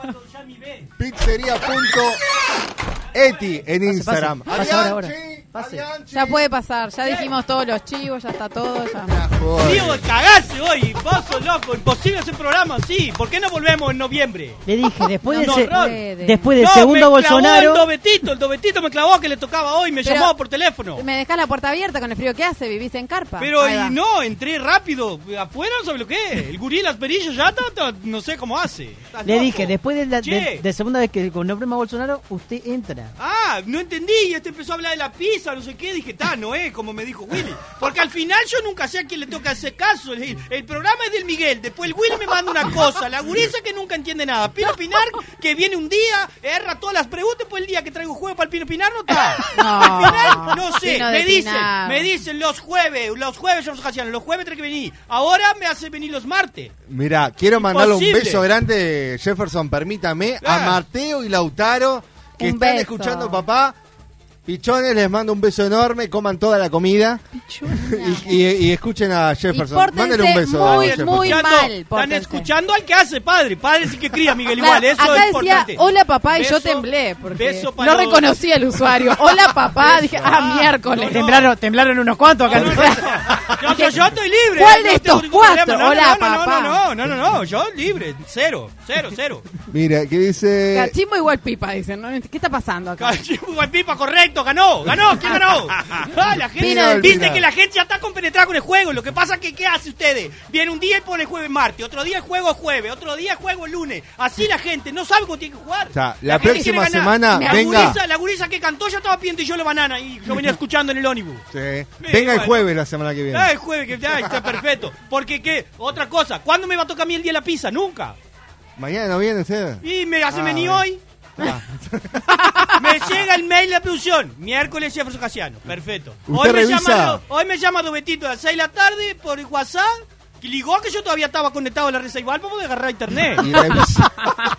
[SPEAKER 3] Pizzería punto Eti en Instagram.
[SPEAKER 7] Pasa
[SPEAKER 3] Adiós.
[SPEAKER 7] ahora, ahora. Pase. Ya puede pasar, ya dijimos todos los chivos, ya está todo. Ya.
[SPEAKER 6] Diego, cagase hoy, vos sos loco, imposible hacer programa así. ¿Por qué no volvemos en noviembre?
[SPEAKER 5] Le dije, después, del,
[SPEAKER 6] No,
[SPEAKER 5] se-
[SPEAKER 6] horror.
[SPEAKER 5] después del
[SPEAKER 6] No, me
[SPEAKER 5] segundo
[SPEAKER 6] clavó
[SPEAKER 5] Bolsonaro...
[SPEAKER 6] El dobetito, el dobetito me clavó que le tocaba hoy, me
[SPEAKER 7] Pero-
[SPEAKER 6] llamaba por teléfono.
[SPEAKER 7] Me dejás la puerta abierta con el frío que hace, vivís en carpa.
[SPEAKER 6] Pero
[SPEAKER 7] Ahí va.
[SPEAKER 6] y no, entré rápido, afuera no sé lo que. El gurí de las perillas ya está, está- no sé cómo hace. Estás
[SPEAKER 5] Le
[SPEAKER 6] loco.
[SPEAKER 5] dije, después de la
[SPEAKER 6] Che.
[SPEAKER 5] de, de segunda vez que con nombre Bolsonaro, usted entra.
[SPEAKER 6] Ah, no entendí, y este empezó a hablar de la pizza, no sé qué, dije, ta, no es, como me dijo Willy. Porque al final yo nunca sé a quién le toca ese caso. El, el programa es del Miguel, después el Willy me manda una cosa, la gurisa que nunca entiende nada, Pino Pinar que viene un día, erra todas las preguntas, después el día que traigo juego para el Pino Pinar no está. Al final, no sé,
[SPEAKER 7] Pino de
[SPEAKER 6] me dicen,
[SPEAKER 7] Pinar.
[SPEAKER 6] me dicen los jueves, los jueves yo nos hacían, los jueves tenés que venir, ahora me hace venir los martes.
[SPEAKER 3] Mira, quiero mandarle un
[SPEAKER 6] Imposible.
[SPEAKER 3] beso grande, Jefferson, permítame, a Mateo y Lautaro, que
[SPEAKER 7] Un
[SPEAKER 3] están
[SPEAKER 7] beso.
[SPEAKER 3] escuchando papá. Pichones, les mando un beso enorme, coman toda la comida. Y, y- y escuchen a Jefferson.
[SPEAKER 7] pórtense
[SPEAKER 3] Mándale un beso. a
[SPEAKER 7] muy,
[SPEAKER 3] Jefferson.
[SPEAKER 7] muy mal,
[SPEAKER 6] Están
[SPEAKER 7] pórtense.
[SPEAKER 6] escuchando al que hace padre, padre sí que cría Miguel
[SPEAKER 7] Claro,
[SPEAKER 6] igual, eso
[SPEAKER 7] acá
[SPEAKER 6] es
[SPEAKER 7] decía,
[SPEAKER 6] importante.
[SPEAKER 7] hola papá, y yo
[SPEAKER 6] Beso-
[SPEAKER 7] temblé, porque
[SPEAKER 6] beso para
[SPEAKER 7] no
[SPEAKER 6] los-
[SPEAKER 7] reconocí al usuario. Hola papá, dije, ah, miércoles.
[SPEAKER 5] Temblaron, temblaron unos cuantos acá.
[SPEAKER 6] Yo, yo, yo estoy libre.
[SPEAKER 27] ¿Cuál de
[SPEAKER 6] no tengo
[SPEAKER 27] estos
[SPEAKER 6] ningún problema.
[SPEAKER 27] cuatro?
[SPEAKER 6] No, no,
[SPEAKER 27] Hola,
[SPEAKER 6] no, no,
[SPEAKER 27] papá.
[SPEAKER 6] No, no, no, no, no, yo libre. Cero, cero, cero.
[SPEAKER 3] Mira, ¿qué
[SPEAKER 7] Eh,
[SPEAKER 3] dice?
[SPEAKER 28] Cachimbo igual pipa, dicen. ¿no? ¿Qué está pasando acá?
[SPEAKER 6] Cachimbo igual pipa, correcto, ganó, ganó, ¿quién ganó? Ah, la gente,
[SPEAKER 28] Pina del
[SPEAKER 6] viste
[SPEAKER 28] Pinar.
[SPEAKER 6] que la gente ya está compenetrada con el juego. Lo que pasa es que, ¿qué hace ustedes? Viene un día y pone jueves, martes, otro día el juego es jueves, otro día el juego es lunes. Así la gente no sabe cómo tiene que jugar.
[SPEAKER 3] O sea, la
[SPEAKER 6] gente
[SPEAKER 3] próxima
[SPEAKER 6] quiere
[SPEAKER 3] semana,
[SPEAKER 6] la
[SPEAKER 3] venga.
[SPEAKER 6] Gurisa, la gurisa que cantó ya estaba pidiendo y yo la banana y yo venía escuchando en el ónibus.
[SPEAKER 3] Sí.
[SPEAKER 6] Mira,
[SPEAKER 3] Venga el
[SPEAKER 6] bueno.
[SPEAKER 3] jueves la semana que viene.
[SPEAKER 6] Ah, el jueves, que ya está perfecto. Porque, ¿qué? Otra cosa, ¿cuándo me va a tocar a mí el día de la pizza? Nunca.
[SPEAKER 3] Mañana no viene usted.
[SPEAKER 6] Y me hacen
[SPEAKER 3] Ah,
[SPEAKER 6] venir
[SPEAKER 3] bueno. Ah,
[SPEAKER 6] hoy. me llega el mail de la producción. Miércoles Jefferson Casiano. Perfecto. Hoy
[SPEAKER 3] Usted
[SPEAKER 6] me,
[SPEAKER 3] revisa.
[SPEAKER 6] llama, hoy me llama Dobetito a las 6 de la tarde por WhatsApp. Y ligó que yo todavía estaba conectado a la risa igual para poder agarrar internet.
[SPEAKER 3] Y revisa.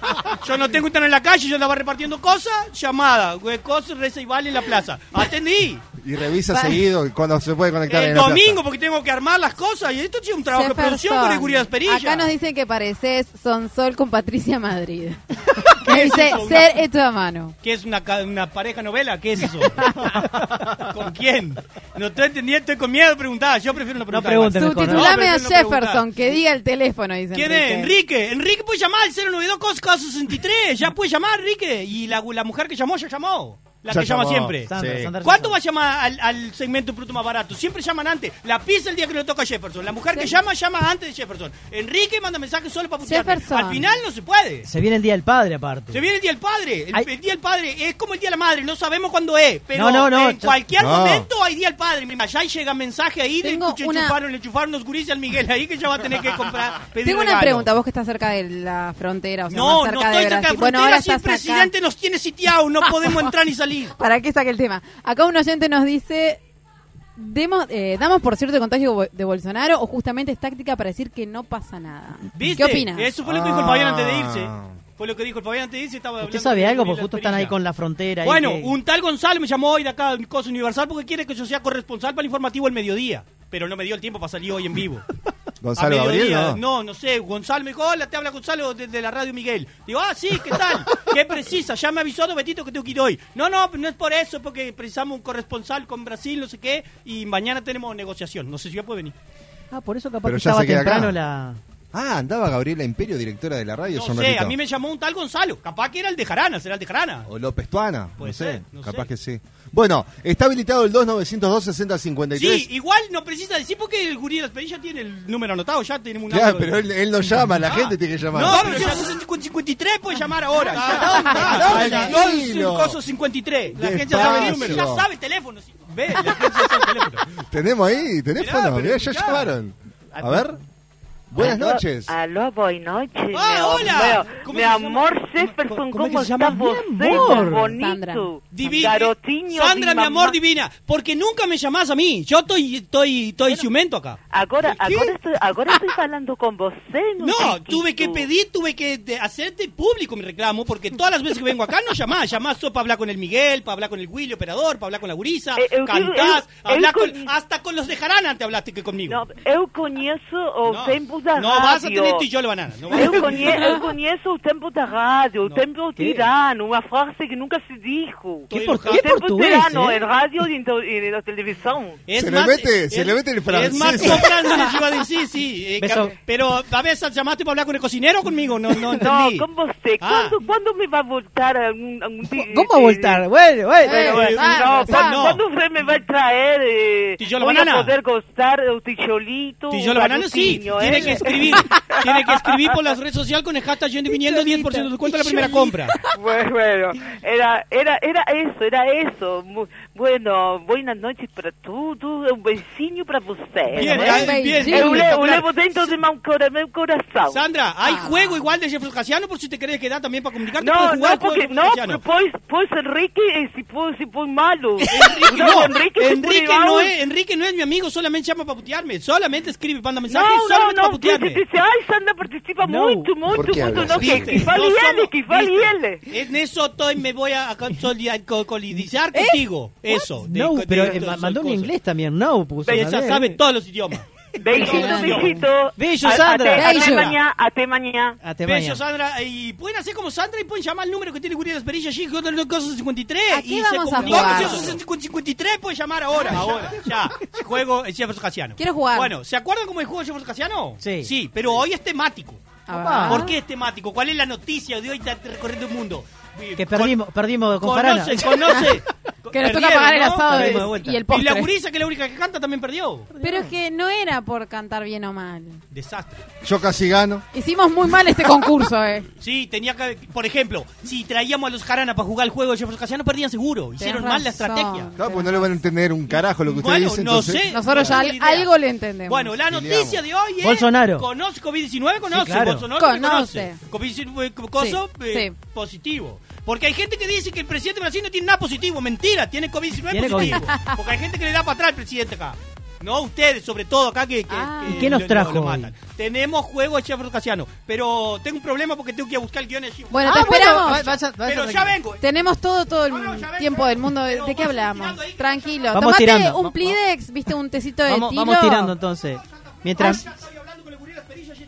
[SPEAKER 6] yo no tengo internet en la calle, yo andaba repartiendo cosas, llamada, güey, cosas, risa igual en la plaza. Atendí.
[SPEAKER 3] Y revisa seguido cuando se puede conectar
[SPEAKER 6] El
[SPEAKER 3] en la plaza.
[SPEAKER 6] domingo, porque tengo que armar las cosas. Y esto tiene un trabajo de producción con el Gurias Perilla.
[SPEAKER 7] Acá nos dicen que pareces Sol con Patricia Madrid.
[SPEAKER 6] ¿Qué
[SPEAKER 7] Que
[SPEAKER 6] es
[SPEAKER 7] dice
[SPEAKER 6] eso? Una-
[SPEAKER 7] ser hecho a mano.
[SPEAKER 6] ¿Qué es una, ca- una pareja novela? ¿Qué es eso? ¿Con quién? No estoy entendiendo, estoy con miedo de preguntar. Yo prefiero no preguntar.
[SPEAKER 7] pregunten,
[SPEAKER 6] igual.
[SPEAKER 7] Subtitulame
[SPEAKER 6] No,
[SPEAKER 7] a
[SPEAKER 6] prefiero no preguntar.
[SPEAKER 7] Jefferson, que diga el teléfono, dice
[SPEAKER 6] ¿Quién
[SPEAKER 7] Enrique.
[SPEAKER 6] es? Enrique. Enrique puede llamar al 092 Cosca 63. Ya puede llamar, Enrique. Y la, la mujer que llamó, ya llamó. La
[SPEAKER 3] Ya
[SPEAKER 6] que llama
[SPEAKER 3] llamó.
[SPEAKER 6] siempre.
[SPEAKER 3] Sandra, Sí. Sandra,
[SPEAKER 6] ¿Cuánto va a llamar al, al segmento Fruto más barato? Siempre llaman antes. La pizza el día que le toca a Jefferson. La mujer que llama, llama antes de Jefferson. Enrique manda mensajes solo para putear.
[SPEAKER 5] Jefferson.
[SPEAKER 6] Al final no se puede.
[SPEAKER 5] Se viene el Día del Padre, aparte.
[SPEAKER 6] Se viene el Día del Padre. El, el Día del Padre es como el Día de la Madre, no sabemos cuándo es. Pero
[SPEAKER 5] No, no, no,
[SPEAKER 6] en
[SPEAKER 5] yo-
[SPEAKER 6] cualquier
[SPEAKER 5] No.
[SPEAKER 6] momento hay Día del Padre. Mira, ya llega mensaje ahí de
[SPEAKER 7] Tengo
[SPEAKER 6] que
[SPEAKER 7] una-
[SPEAKER 6] enchufaron, le enchufaron los gurises al Miguel ahí que ya va a tener que comprar, pedir
[SPEAKER 7] Tengo una
[SPEAKER 6] regalo.
[SPEAKER 7] pregunta, vos que estás cerca de la frontera, o sea,
[SPEAKER 6] No,
[SPEAKER 7] más
[SPEAKER 6] no
[SPEAKER 7] cerca
[SPEAKER 6] estoy
[SPEAKER 7] de
[SPEAKER 6] cerca de
[SPEAKER 7] Brasil.
[SPEAKER 6] la
[SPEAKER 7] bueno,
[SPEAKER 6] frontera
[SPEAKER 7] ahora
[SPEAKER 6] si el
[SPEAKER 7] estás acá.
[SPEAKER 6] presidente nos tiene sitiado, no podemos entrar ni salir.
[SPEAKER 7] ¿Para qué saque el tema? Acá un oyente nos dice, demos, eh, ¿damos por cierto el contagio bo- de Bolsonaro o justamente es táctica para decir que no pasa nada?
[SPEAKER 6] ¿Viste?
[SPEAKER 7] ¿Qué opinas?
[SPEAKER 6] Eso fue lo que dijo el Fabián antes de irse. Fue lo que dijo el Fabián antes de irse. Estaba
[SPEAKER 5] Usted
[SPEAKER 6] hablando
[SPEAKER 5] sabe
[SPEAKER 6] de
[SPEAKER 5] algo,
[SPEAKER 6] Gabriela
[SPEAKER 5] porque justo están ahí
[SPEAKER 6] Esperilla.
[SPEAKER 5] con la frontera. ahí
[SPEAKER 6] Bueno,
[SPEAKER 5] que-
[SPEAKER 6] un tal Gonzalo me llamó hoy de acá de Cosa Universal porque quiere que yo sea corresponsal para el informativo el mediodía. Pero no me dio el tiempo para salir hoy en vivo.
[SPEAKER 3] Gonzalo
[SPEAKER 6] A
[SPEAKER 3] Gabriel,
[SPEAKER 6] mediodía.
[SPEAKER 3] ¿no?
[SPEAKER 6] No, no sé. Gonzalo me dijo, hola, te habla Gonzalo desde la radio Miguel. Digo, ah, sí, ¿qué tal? ¿Qué precisa? Ya me avisó Betito que tengo que ir hoy. No, no, no es por eso, porque precisamos un corresponsal con Brasil, no sé qué, y mañana tenemos negociación. No sé si ya puede venir.
[SPEAKER 5] Ah, por eso capaz
[SPEAKER 3] Pero
[SPEAKER 5] que
[SPEAKER 3] ya
[SPEAKER 5] estaba
[SPEAKER 3] se queda
[SPEAKER 5] temprano
[SPEAKER 3] acá.
[SPEAKER 5] la...
[SPEAKER 3] Ah, andaba Gabriela Imperio, directora de la radio.
[SPEAKER 6] No
[SPEAKER 3] hace un
[SPEAKER 6] sé,
[SPEAKER 3] ratito.
[SPEAKER 6] a mí me llamó un tal Gonzalo. Capaz que era el de Jarana, será el de Jarana.
[SPEAKER 3] O López Tuana,
[SPEAKER 6] Puede
[SPEAKER 3] no sé,
[SPEAKER 6] ser, no
[SPEAKER 3] capaz
[SPEAKER 6] sé.
[SPEAKER 3] que sí. Bueno, está habilitado el 2902-6053.
[SPEAKER 6] Sí, igual no precisa decir porque el gurí de las perillas tiene el número anotado, ya tenemos un
[SPEAKER 3] Claro,
[SPEAKER 6] número de-
[SPEAKER 3] pero él, él no llama, la
[SPEAKER 6] Ah.
[SPEAKER 3] gente tiene que llamar.
[SPEAKER 6] No, pero ya sos el 50 53 puedes llamar ahora.
[SPEAKER 3] Ah,
[SPEAKER 6] Ya está,
[SPEAKER 3] tranquilo.
[SPEAKER 6] ya está. Yo soy un coso 53. La gente ya sabe el número.
[SPEAKER 3] Despacio.
[SPEAKER 6] Ya sabe el teléfono. sí. Ve, la gente
[SPEAKER 3] Tenemos ahí teléfono,
[SPEAKER 6] Mirá, pero
[SPEAKER 3] mirá, ya
[SPEAKER 6] mirá.
[SPEAKER 3] llamaron. A ver, buenas noches.
[SPEAKER 12] Aló, buenas noches.
[SPEAKER 6] Ah,
[SPEAKER 12] mi
[SPEAKER 6] hola.
[SPEAKER 12] amor.
[SPEAKER 6] ¿Cómo
[SPEAKER 12] Mi
[SPEAKER 6] se llama?
[SPEAKER 12] amor, Jefferson,
[SPEAKER 6] ¿Cómo
[SPEAKER 12] ¿cómo,
[SPEAKER 6] es que se llama?
[SPEAKER 12] estás vos?
[SPEAKER 6] Mi amor.
[SPEAKER 12] bonito.
[SPEAKER 6] Sandra. Divina.
[SPEAKER 12] Garotinho
[SPEAKER 6] Sandra,
[SPEAKER 12] de
[SPEAKER 6] mi amor
[SPEAKER 12] mamá.
[SPEAKER 6] divina, porque nunca me llamás a mí. Yo estoy estoy estoy ciumento acá. Ah.
[SPEAKER 12] Agora, agora, estou, agora estou falando com você. meu
[SPEAKER 6] No,
[SPEAKER 12] chiquito.
[SPEAKER 6] tuve que pedir, tuve que de- hacerte público mi reclamo, porque todas las veces que vengo acá no llamás, llamás solo para hablar con el Miguel, para hablar con el Willy, operador, para hablar con la gurisa,
[SPEAKER 12] eu-
[SPEAKER 6] cantás,
[SPEAKER 12] eu- eu
[SPEAKER 6] hablá con-
[SPEAKER 12] eh, con-
[SPEAKER 6] hasta con los de Jarana te hablaste que conmigo.
[SPEAKER 12] Não, eu conheço o
[SPEAKER 6] No,
[SPEAKER 12] tempo da
[SPEAKER 6] no
[SPEAKER 12] rádio.
[SPEAKER 6] vas a tener tú y yo la banana. No vas a
[SPEAKER 12] Eu,
[SPEAKER 6] tener-
[SPEAKER 12] conhe eu conheço o tempo da rádio, o tempo
[SPEAKER 6] que?
[SPEAKER 12] tirano, uma frase que nunca se dijo.
[SPEAKER 6] Que por-
[SPEAKER 12] o
[SPEAKER 6] que
[SPEAKER 12] tempo
[SPEAKER 6] português,
[SPEAKER 12] tirano,
[SPEAKER 6] eh?
[SPEAKER 12] em rádio e em to- e na televisão.
[SPEAKER 6] Es más, eh, es- Es más con francés, yo iba a decir, sí. eh,
[SPEAKER 12] Beso.
[SPEAKER 6] ca- pero, a ver, llamaste para hablar con el cocinero o conmigo, no, no
[SPEAKER 12] No,
[SPEAKER 6] entendí.
[SPEAKER 12] con você.
[SPEAKER 6] Ah.
[SPEAKER 12] Quando, quando me vai voltar algum, algum dia?
[SPEAKER 5] ¿Cómo va a voltar? Bueno, bueno.
[SPEAKER 12] Bueno, bueno,
[SPEAKER 5] Sandra,
[SPEAKER 12] no,
[SPEAKER 5] Sandra.
[SPEAKER 12] cuando- cuando usted me va a traer, eh,
[SPEAKER 6] ¿Tijolo
[SPEAKER 12] voy
[SPEAKER 6] banana?
[SPEAKER 12] a poder gustar el tijolito.
[SPEAKER 6] Y yo la banana sí,
[SPEAKER 12] garotinho,
[SPEAKER 6] tiene
[SPEAKER 12] ¿eh?
[SPEAKER 6] que escribir, tiene que escribir por las redes sociales con el hashtag yendo y viniendo 10% de descuento en la primera compra.
[SPEAKER 12] Bueno, bueno, era, era, era eso, era eso. Mu- Bueno, buenas noches para tú, un besinho para usted.
[SPEAKER 6] Bien, bien, bien.
[SPEAKER 12] Eu le- eu
[SPEAKER 6] Espectacular.
[SPEAKER 12] levo dentro de meu cora- meu coração.
[SPEAKER 6] Sandra, hay juego igual de Jefferson Casiano por si te querés quedar también para comunicarte.
[SPEAKER 12] Ah. No,
[SPEAKER 6] puedes jugar
[SPEAKER 12] no,
[SPEAKER 6] con
[SPEAKER 12] porque,
[SPEAKER 6] Jefferson
[SPEAKER 12] no,
[SPEAKER 6] Casiano.
[SPEAKER 12] pois, pois Enrique, eh, se pôs, se pôs malo.
[SPEAKER 6] Enrique, no, Enrique,
[SPEAKER 12] se põe
[SPEAKER 6] no
[SPEAKER 12] mal.
[SPEAKER 6] es, Enrique no es mi amigo, solamente llama para putearme, solamente escribe, manda
[SPEAKER 12] Não,
[SPEAKER 6] mensajes,
[SPEAKER 12] não,
[SPEAKER 6] solamente para
[SPEAKER 12] não,
[SPEAKER 6] putearme.
[SPEAKER 12] dice, dice, ay, Sandra participa muito, muito,
[SPEAKER 6] ¿Por qué
[SPEAKER 12] muito,
[SPEAKER 6] hablas
[SPEAKER 12] no,
[SPEAKER 6] así?
[SPEAKER 12] que, que vale
[SPEAKER 6] No
[SPEAKER 12] ele,
[SPEAKER 6] somos-
[SPEAKER 12] que vale
[SPEAKER 6] viste.
[SPEAKER 12] ele.
[SPEAKER 6] En eso estoy, me voy a consolidar- co- colidizar
[SPEAKER 12] ¿Eh?
[SPEAKER 6] contigo. Eso. de-
[SPEAKER 5] No,
[SPEAKER 6] de-
[SPEAKER 5] pero
[SPEAKER 6] de-
[SPEAKER 5] eh, ma-
[SPEAKER 6] esas
[SPEAKER 5] mandó un
[SPEAKER 6] cosas.
[SPEAKER 5] inglés también. No, puso.
[SPEAKER 6] Ella sabe todos los idiomas.
[SPEAKER 12] Bellito, bellito.
[SPEAKER 6] Bello,
[SPEAKER 12] A-
[SPEAKER 6] Sandra.
[SPEAKER 12] Até, até
[SPEAKER 6] Bello.
[SPEAKER 12] mañana, até mañana.
[SPEAKER 6] Bello, Sandra. Y pueden hacer como Sandra y pueden llamar al número que tiene Guria de las Perillas allí, que es el 253.
[SPEAKER 29] qué
[SPEAKER 6] y
[SPEAKER 29] vamos
[SPEAKER 6] se
[SPEAKER 29] a
[SPEAKER 6] comunican
[SPEAKER 29] jugar?
[SPEAKER 6] con el 253 pueden llamar ahora, ahora. Ya, juego eh, el Chef versus Casiano.
[SPEAKER 29] Quiero jugar.
[SPEAKER 6] Bueno, ¿se acuerdan cómo es el juego de Chef versus Casiano? Sí. Sí, pero hoy es temático.
[SPEAKER 5] A ver.
[SPEAKER 6] ¿Por qué es temático? ¿Cuál es la noticia de hoy está recorriendo el mundo? Eh,
[SPEAKER 5] Que perdimos, perdimos con Jarana.
[SPEAKER 6] Conoce, conoce.
[SPEAKER 7] Que nos toca
[SPEAKER 6] Perdieron,
[SPEAKER 7] pagar el
[SPEAKER 6] ¿no?
[SPEAKER 7] asado
[SPEAKER 5] Perdimos
[SPEAKER 7] de-
[SPEAKER 5] de vuelta.
[SPEAKER 7] y el
[SPEAKER 6] Y la
[SPEAKER 7] postre.
[SPEAKER 6] gurisa, que es la única que canta, también perdió.
[SPEAKER 7] Pero es que no era por cantar bien o mal.
[SPEAKER 6] Desastre.
[SPEAKER 3] Yo casi gano.
[SPEAKER 7] Hicimos muy mal este concurso, eh.
[SPEAKER 6] Sí, tenía que. Por ejemplo, si traíamos a los Jarana para jugar el juego de Jefferson Casiano, perdían seguro. Hicieron mal la estrategia.
[SPEAKER 3] Claro, pues no le van a entender un carajo lo que usted
[SPEAKER 6] Bueno,
[SPEAKER 3] dice.
[SPEAKER 6] no
[SPEAKER 3] entonces-
[SPEAKER 6] sé.
[SPEAKER 7] Nosotros ya
[SPEAKER 6] No tengo
[SPEAKER 7] al-
[SPEAKER 6] idea.
[SPEAKER 7] algo le entendemos.
[SPEAKER 6] Bueno, la noticia de hoy es.
[SPEAKER 5] Bolsonaro.
[SPEAKER 6] Conoce COVID-19, conoce.
[SPEAKER 5] Sí, claro.
[SPEAKER 6] Bolsonaro conoce.
[SPEAKER 7] Conoce.
[SPEAKER 6] COVID-19, co- coso,
[SPEAKER 7] Sí,
[SPEAKER 6] eh, positivo. Porque hay gente que dice que el presidente de Brasil no tiene nada positivo. Mentira, tiene COVID-19
[SPEAKER 5] Tiene COVID.
[SPEAKER 6] positivo. Porque hay gente que le da para atrás al presidente acá. No ustedes, sobre todo acá que. que-
[SPEAKER 7] Ah.
[SPEAKER 6] que
[SPEAKER 5] ¿Y qué nos
[SPEAKER 6] lo-
[SPEAKER 5] trajo
[SPEAKER 6] lo
[SPEAKER 5] hoy?
[SPEAKER 6] matan. Tenemos juego de Jefferson Casiano. Pero tengo un problema porque tengo que ir a buscar el guión de Jefferson.
[SPEAKER 5] Ah,
[SPEAKER 7] Bueno, te esperamos.
[SPEAKER 6] Pero ya vengo. Ah,
[SPEAKER 7] Tenemos todo, todo el tiempo del mundo. ¿De qué hablamos? Tranquilo.
[SPEAKER 5] Vamos
[SPEAKER 7] Tomate
[SPEAKER 5] tirando.
[SPEAKER 7] un Plidex, viste, un tecito de
[SPEAKER 5] Vamos,
[SPEAKER 7] tilo.
[SPEAKER 5] vamos tirando entonces. Mientras.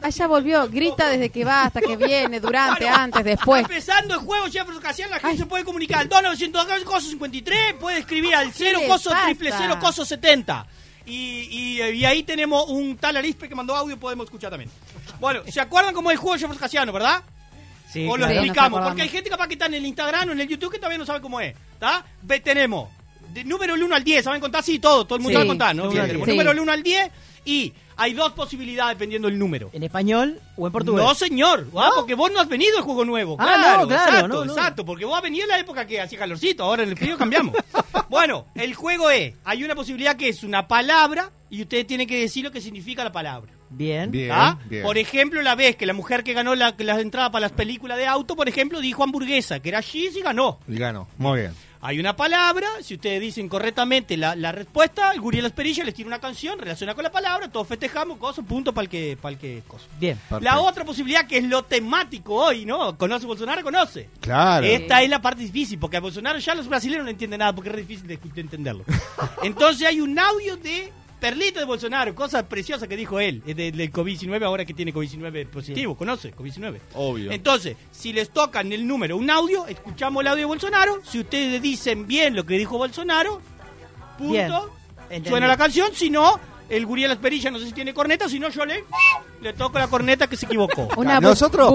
[SPEAKER 7] Allá Ah, volvió. Grita desde que va hasta que viene, durante, antes, después.
[SPEAKER 6] Está empezando el juego Jefferson Casiano, la gente se puede comunicar al 2902 coso 53, puede escribir al 0
[SPEAKER 7] le
[SPEAKER 6] coso
[SPEAKER 7] pasa?
[SPEAKER 6] triple 0 coso 70. Y, y, eh, y ahí tenemos un tal Arispe que mandó audio, podemos escuchar también. Bueno, ¿se acuerdan cómo es el juego Jefferson Casiano, verdad?
[SPEAKER 5] Sí,
[SPEAKER 6] o lo
[SPEAKER 5] claro.
[SPEAKER 6] explicamos, porque hay gente capaz que está en el Instagram o en el YouTube que todavía no sabe cómo es. ¿Está? Ve, tenemos. De número del 1 al 10, ¿saben contar? Sí, todo, todo el mundo
[SPEAKER 5] Sí,
[SPEAKER 6] sabe contar, ¿no?
[SPEAKER 5] número
[SPEAKER 6] Bien,
[SPEAKER 5] al
[SPEAKER 6] tenemos
[SPEAKER 5] diez.
[SPEAKER 6] Número del 1 al 10 y hay dos posibilidades dependiendo del número.
[SPEAKER 5] ¿En español o en portugués?
[SPEAKER 6] No, señor. Ah, porque vos no has venido al juego nuevo.
[SPEAKER 5] Ah,
[SPEAKER 6] claro,
[SPEAKER 5] no, claro,
[SPEAKER 6] exacto,
[SPEAKER 5] no, no.
[SPEAKER 6] exacto. Porque vos has venido en la época que hacía calorcito. Ahora en el frío cambiamos. bueno, el juego es: hay una posibilidad que es una palabra y ustedes tienen que decir lo que significa la palabra.
[SPEAKER 5] Bien.
[SPEAKER 6] ¿Ah? Por ejemplo, la vez que la mujer que ganó la, la entrada para las películas de auto, por ejemplo, dijo hamburguesa, que era cheese y ganó.
[SPEAKER 30] Y gano. Muy bien.
[SPEAKER 6] Hay una palabra, si ustedes dicen correctamente la, la respuesta, el gurí de las perillas les tira una canción relacionada con la palabra, todos festejamos, cosas, punto para el que, para el que cosa.
[SPEAKER 5] Bien.
[SPEAKER 6] La otra posibilidad que es lo temático hoy, ¿no? Conoce Bolsonaro, conoce.
[SPEAKER 30] Claro.
[SPEAKER 6] Esta es la parte difícil, porque a Bolsonaro ya los brasileños no entienden nada, porque es re difícil de, de entenderlo. Entonces hay un audio de Perlita de Bolsonaro, cosa preciosa que dijo él, eh, de- del COVID-19, ahora que tiene COVID-19 positivo, conoce COVID-19.
[SPEAKER 30] Obvio.
[SPEAKER 6] Entonces, si les tocan el número, un audio, escuchamos el audio de Bolsonaro, si ustedes dicen bien lo que dijo Bolsonaro, punto,
[SPEAKER 5] Bien. Entendí.
[SPEAKER 6] suena la canción, si no... El gurí de las perillas no sé si tiene corneta, si no yo le, le toco la corneta que se equivocó.
[SPEAKER 3] Claro, Nosotros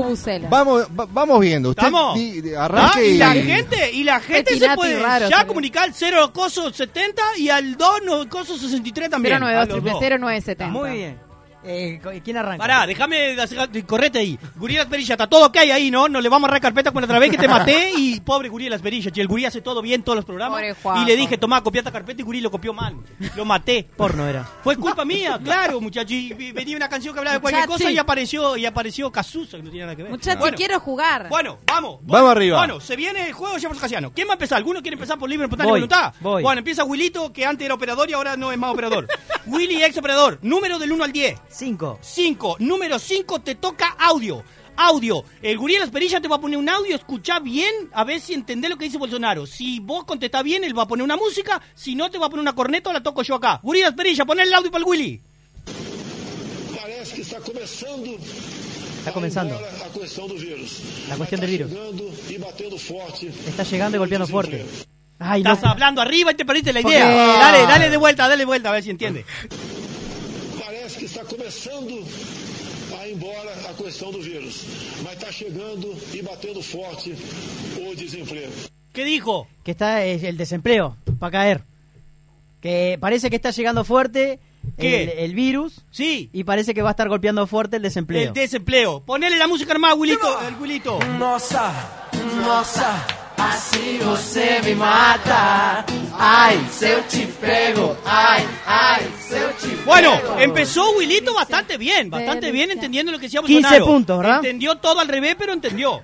[SPEAKER 3] vamos, va- vamos viendo. Usted
[SPEAKER 6] ¿Estamos?
[SPEAKER 3] di- di- arranque
[SPEAKER 6] Ah, y la
[SPEAKER 3] y-
[SPEAKER 6] gente, y la gente se
[SPEAKER 3] Retirate
[SPEAKER 6] puede
[SPEAKER 3] y raro,
[SPEAKER 6] ya
[SPEAKER 3] salió.
[SPEAKER 6] comunicar al 0 coso 70 y al 2 no, coso 63 también. a los dos.
[SPEAKER 7] 092
[SPEAKER 5] Muy bien. Eh, co- ¿Quién arranca?
[SPEAKER 6] Pará, déjame hacer- correte ahí. Gurí de las perillas, está todo que hay ahí, ¿no? No le vamos a arrancar carpeta con otra vez que te maté y pobre Gurí de las perillas. Y el Gurí hace todo bien todos los programas.
[SPEAKER 5] Pobre Juaco.
[SPEAKER 6] Y le dije, tomá, copia esta carpeta y Gurí lo copió mal. muchacho. Lo maté.
[SPEAKER 5] Porno era.
[SPEAKER 6] Fue culpa mía, claro, muchacho. Y vi- venía una canción que hablaba de cualquier
[SPEAKER 7] Muchachi.
[SPEAKER 6] cosa y apareció, y apareció Casusa, que no tenía nada que ver.
[SPEAKER 7] Muchachos,
[SPEAKER 6] Bueno.
[SPEAKER 7] quiero jugar.
[SPEAKER 6] Bueno, vamos.
[SPEAKER 30] Vamos arriba.
[SPEAKER 6] Bueno, se viene el juego de Jefferson Casiano. ¿Quién va a empezar? ¿Alguno quiere empezar por libre espontánea
[SPEAKER 30] Voy,
[SPEAKER 6] voluntad?
[SPEAKER 30] voy.
[SPEAKER 6] Bueno, empieza Wilito, que antes era operador y ahora no es más operador. Willy, ex operador. Número del 1 al 10.
[SPEAKER 5] 5.
[SPEAKER 6] 5. Número 5 te toca audio. Audio. El gurí de las perillas te va a poner un audio. Escuchá bien a ver si entendés lo que dice Bolsonaro. Si vos contestás bien, él va a poner una música. Si no, te va a poner una corneta o la toco yo acá. Gurí de las perillas, pon el audio para el Willy.
[SPEAKER 14] Parece que está começando
[SPEAKER 5] Está comenzando.
[SPEAKER 14] a questão do vírus.
[SPEAKER 5] La cuestión del virus.
[SPEAKER 14] E batendo forte.
[SPEAKER 5] Está llegando y golpeando fuerte. Ay, no.
[SPEAKER 6] Estás hablando arriba y te perdiste la
[SPEAKER 5] ¿Por
[SPEAKER 6] idea.
[SPEAKER 5] qué?
[SPEAKER 6] Dale, dale de vuelta, dale de vuelta a ver si entiende.
[SPEAKER 14] Parece que está começando a ir embora a questão do vírus. Mas está chegando e batendo forte o desemprego.
[SPEAKER 6] ¿Qué dijo?
[SPEAKER 5] Que está eh, el desempleo. Para caer. Que parece que está llegando fuerte
[SPEAKER 6] ¿Qué?
[SPEAKER 5] El, el virus.
[SPEAKER 6] Sí.
[SPEAKER 5] Y parece que va a estar golpeando fuerte el desempleo.
[SPEAKER 6] El desempleo. Ponele la música armada, Wilito. El Wilito.
[SPEAKER 2] Nossa, nossa, assim você me mata. Ai, se eu te pego, ai, ai, se eu te pego.
[SPEAKER 6] Bueno, empezó Wilito bastante bien, bastante bien entendiendo lo que decía
[SPEAKER 5] 15
[SPEAKER 6] Bolsonaro.
[SPEAKER 5] puntos, ¿verdad?
[SPEAKER 6] Entendió todo al revés, pero entendió.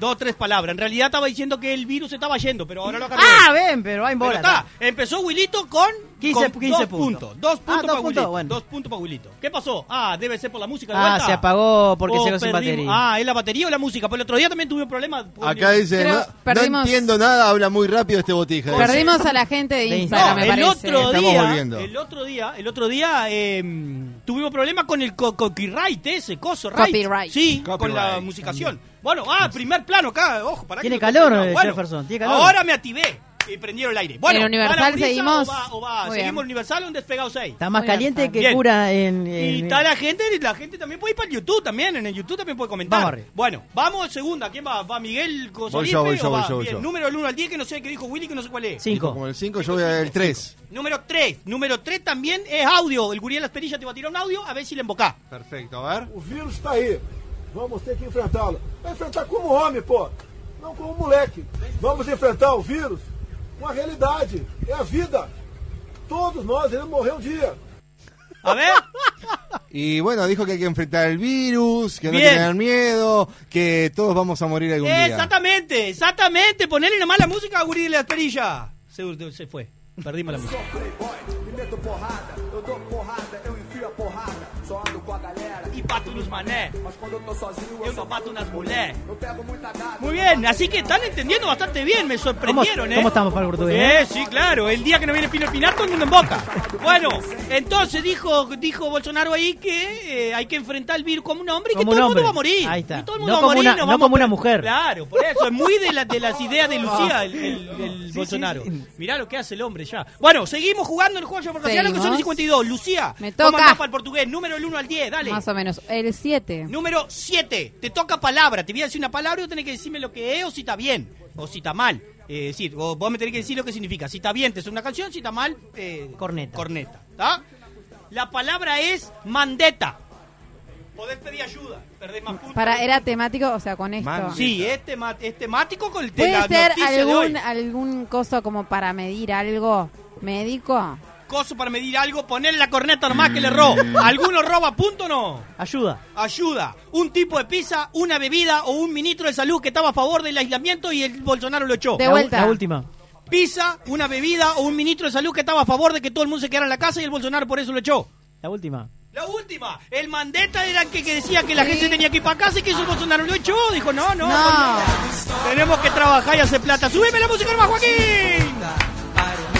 [SPEAKER 6] Dos, tres palabras. En realidad estaba diciendo que el virus se estaba yendo, pero ahora lo cambió.
[SPEAKER 5] Ah, ven, pero hay
[SPEAKER 6] Pero
[SPEAKER 5] bola.
[SPEAKER 6] está. Empezó Wilito con con
[SPEAKER 5] 15, 15
[SPEAKER 6] dos
[SPEAKER 5] puntos.
[SPEAKER 6] Dos puntos
[SPEAKER 5] Ah,
[SPEAKER 6] para
[SPEAKER 5] dos
[SPEAKER 6] Wilito.
[SPEAKER 5] puntos, bueno.
[SPEAKER 6] Dos puntos para Wilito. ¿Qué pasó? Ah, debe ser por la música. de
[SPEAKER 5] Ah,
[SPEAKER 6] vuelta.
[SPEAKER 5] se apagó porque se quedó sin batería.
[SPEAKER 6] perdimos- Ah, ¿es la batería o la música? Pues el otro día también tuve un problema.
[SPEAKER 3] Acá dice, no, no
[SPEAKER 9] perdimos-
[SPEAKER 3] entiendo nada, habla muy rápido este botija. dice.
[SPEAKER 9] Perdimos a la gente de Instagram,
[SPEAKER 6] No,
[SPEAKER 9] me
[SPEAKER 6] el
[SPEAKER 9] parece.
[SPEAKER 6] otro
[SPEAKER 3] Estamos
[SPEAKER 6] día,
[SPEAKER 3] volviendo.
[SPEAKER 6] el otro día, el otro día eh, tuvimos problemas con el co- copyright ese coso, right.
[SPEAKER 5] Copyright.
[SPEAKER 6] Sí, con
[SPEAKER 5] Copyright
[SPEAKER 6] la musicación. Bueno, ah, primer plano acá, ojo, para
[SPEAKER 5] Tiene calor, eh, Jefferson, tiene calor.
[SPEAKER 6] Ahora me activé y prendieron el aire. Bueno,
[SPEAKER 5] ¿En
[SPEAKER 6] ¿va
[SPEAKER 5] Universal
[SPEAKER 6] la brisa
[SPEAKER 5] seguimos?
[SPEAKER 6] o va- o va?
[SPEAKER 5] Muy
[SPEAKER 6] ¿Seguimos Universal o en Despegados 6?
[SPEAKER 5] Está más caliente que
[SPEAKER 6] Bien.
[SPEAKER 5] cura en.
[SPEAKER 6] Y
[SPEAKER 5] en-
[SPEAKER 6] está la gente, la gente también puede ir para el YouTube también, en el YouTube también puede comentar.
[SPEAKER 5] Vamos arriba.
[SPEAKER 6] bueno, vamos a segunda, ¿quién va? ¿Va Miguel Cosolipe
[SPEAKER 3] yo, voy yo,
[SPEAKER 6] o
[SPEAKER 3] voy
[SPEAKER 6] va?
[SPEAKER 3] yo, voy
[SPEAKER 6] Bien,
[SPEAKER 3] yo.
[SPEAKER 6] número del 1 al 10 que no sé qué dijo Willy que no sé cuál es.
[SPEAKER 3] Dijo Como el 5, yo voy al 3.
[SPEAKER 6] Número 3. Número 3 también es audio. El gurí de las perillas te va a tirar un audio a ver si le embocá.
[SPEAKER 3] Perfecto, a ver.
[SPEAKER 2] O vírus está aí. Vamos ter que enfrentá-lo. Vai enfrentar como homem, pô. Não como moleque. Vamos enfrentar o vírus com a realidade. É a vida. Todos nós iremos morrer um dia.
[SPEAKER 6] A ver.
[SPEAKER 3] Y bueno, dijo que hay que enfrentar el virus, que no hay
[SPEAKER 6] Bien.
[SPEAKER 3] que tener miedo, que todos vamos a morir algún día.
[SPEAKER 6] Exactamente, exactamente. Ponele nomás la música al gurí de las perillas. Se, se fue. Perdimos la música.
[SPEAKER 2] Me meto porrada, eu dou porrada, eu enfio a porrada. Só ando com a galera.
[SPEAKER 6] E bato nos mané.
[SPEAKER 2] Mas quando eu tô sozinho, eu,
[SPEAKER 6] só bato nas mulher.
[SPEAKER 2] Eu pego muita gata.
[SPEAKER 6] Muy bien, así que están entendiendo bastante bien, me
[SPEAKER 5] ¿Cómo,
[SPEAKER 6] sorprendieron, ¿eh?
[SPEAKER 5] cómo estamos para el portugués?
[SPEAKER 6] Eh, sí, claro. El día que no viene Pino Pinar, todo el mundo en boca. Bueno, entonces dijo dijo Bolsonaro ahí que eh, hay que enfrentar el virus como un hombre y que
[SPEAKER 5] Como
[SPEAKER 6] todo el
[SPEAKER 5] un
[SPEAKER 6] mundo va a
[SPEAKER 5] hombre.
[SPEAKER 6] morir.
[SPEAKER 5] Ahí está.
[SPEAKER 6] Y todo el
[SPEAKER 5] No
[SPEAKER 6] mundo va a
[SPEAKER 5] como
[SPEAKER 6] morir,
[SPEAKER 5] una-
[SPEAKER 6] nos
[SPEAKER 5] no
[SPEAKER 6] vamos
[SPEAKER 5] como
[SPEAKER 6] a-
[SPEAKER 5] una mujer.
[SPEAKER 6] Claro, por eso. Es muy de, la- de las ideas de
[SPEAKER 9] Ah.
[SPEAKER 6] Lucía el, el- el
[SPEAKER 5] sí,
[SPEAKER 6] Bolsonaro.
[SPEAKER 5] sí.
[SPEAKER 6] Mirá lo que hace el hombre ya. Bueno, seguimos jugando el juego de Marcasiano, que son
[SPEAKER 9] Seguimos.
[SPEAKER 6] el 52. Lucía,
[SPEAKER 9] Me
[SPEAKER 6] ¿cómo
[SPEAKER 9] toca.
[SPEAKER 6] andás para el portugués? Número del 1 al 10, dale.
[SPEAKER 9] Más o menos. El 7.
[SPEAKER 6] Número 7. Te toca palabra. Te voy a decir una palabra y vos tenés que decirme lo que es o si está bien o si está mal. Eh, es decir, vos, vos me tenés que decir lo que significa. Si está bien, te suena una canción. Si está mal, eh, corneta. Corneta. ¿tá? La palabra es mandeta. Podés pedir ayuda. Perdés más puntos.
[SPEAKER 9] Para, era temático, o sea, con esto.
[SPEAKER 6] Sí, este es, tema- es temático con el de
[SPEAKER 9] ¿Puede
[SPEAKER 6] la
[SPEAKER 9] ser
[SPEAKER 6] noticia de hoy.
[SPEAKER 9] algún, algún coso como para medir algo médico?
[SPEAKER 6] Coso para medir algo, poner la corneta nomás que le erró.
[SPEAKER 9] Mm.
[SPEAKER 6] ¿Alguno roba punto o no?
[SPEAKER 5] Ayuda.
[SPEAKER 6] Ayuda, un tipo de pizza, una bebida o un ministro de salud que estaba a favor del aislamiento y el Bolsonaro lo echó.
[SPEAKER 5] La u- La última.
[SPEAKER 6] Pizza, una bebida o un ministro de salud que estaba a favor de que todo el mundo se quedara en la casa y el Bolsonaro por eso lo echó.
[SPEAKER 5] La última.
[SPEAKER 6] La última, el mandeta era el que, que decía que la gente tenía que ir para casa y que hizo el Bolsonaro lo echó. Dijo, no, no,
[SPEAKER 5] No.
[SPEAKER 6] tenemos que trabajar y hacer plata. ¡Súbeme la música nomás, Joaquín!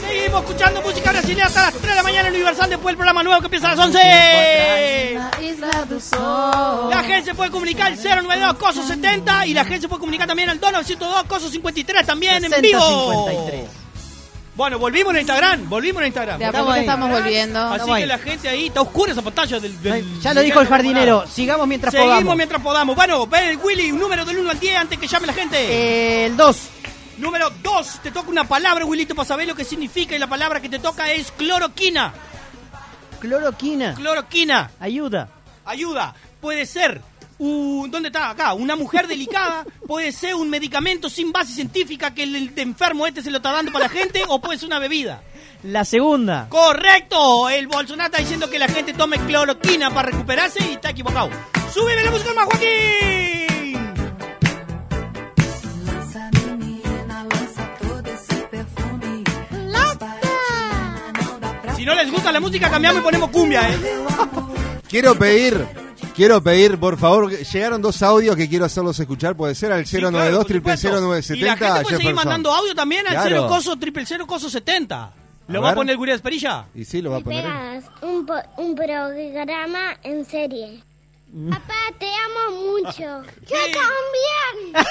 [SPEAKER 6] Seguimos escuchando música brasileña hasta las 3 de la mañana en Universal, después el programa nuevo que empieza a las 11. La gente se puede comunicar al 092 COSO 70 y la gente se puede comunicar también al 2902 COSO 53 también en vivo.
[SPEAKER 5] 153.
[SPEAKER 6] Bueno, volvimos en Instagram, volvimos en Instagram.
[SPEAKER 9] De a poco
[SPEAKER 5] ahí.
[SPEAKER 9] estamos volviendo.
[SPEAKER 6] Así
[SPEAKER 5] Estamos
[SPEAKER 6] que
[SPEAKER 5] ahí.
[SPEAKER 6] la gente ahí, está oscura esa pantalla del... del-
[SPEAKER 5] Ya lo
[SPEAKER 6] del
[SPEAKER 5] dijo el
[SPEAKER 6] Instagram.
[SPEAKER 5] jardinero. Sigamos mientras
[SPEAKER 6] Seguimos
[SPEAKER 5] podamos.
[SPEAKER 6] mientras podamos. Bueno, ve, Willy, un número del 1 al 10 antes que llame la gente.
[SPEAKER 5] Eh, El 2.
[SPEAKER 6] Número 2. Te toca una palabra, Willito, para saber lo que significa. Y la palabra que te toca es cloroquina.
[SPEAKER 5] Cloroquina.
[SPEAKER 6] Cloroquina.
[SPEAKER 5] Ayuda.
[SPEAKER 6] Ayuda. Puede ser. un- ¿Dónde está? Acá. Una mujer delicada. Puede ser un medicamento sin base científica que el, el enfermo este se lo está dando para la gente. O puede ser una bebida.
[SPEAKER 5] La segunda.
[SPEAKER 6] Correcto. El Bolsonaro está diciendo que la gente tome cloroquina para recuperarse y está equivocado. ¡Súbeme la música más, Joaquín!
[SPEAKER 10] Lança menina, lança todo esse perfume.
[SPEAKER 6] Si no les gusta la música, cambiamos y ponemos cumbia, ¿eh?
[SPEAKER 3] Quiero pedir, quiero pedir, por favor, que- llegaron dos audios que quiero hacerlos escuchar, puede ser al 092
[SPEAKER 6] Y la gente puede
[SPEAKER 3] 0970
[SPEAKER 6] seguir mandando
[SPEAKER 3] Jefferson.
[SPEAKER 6] audio también al
[SPEAKER 3] Claro.
[SPEAKER 6] 0 coso, triple 0 coso 70. ¿Lo
[SPEAKER 3] A
[SPEAKER 6] va a
[SPEAKER 3] ver.
[SPEAKER 6] poner el Gurias Perilla?
[SPEAKER 3] Y sí, lo va a poner. él.
[SPEAKER 12] un, po- un programa en serie.
[SPEAKER 6] Mm.
[SPEAKER 12] Papá, te amo
[SPEAKER 6] Ah,
[SPEAKER 12] mucho. Yo también.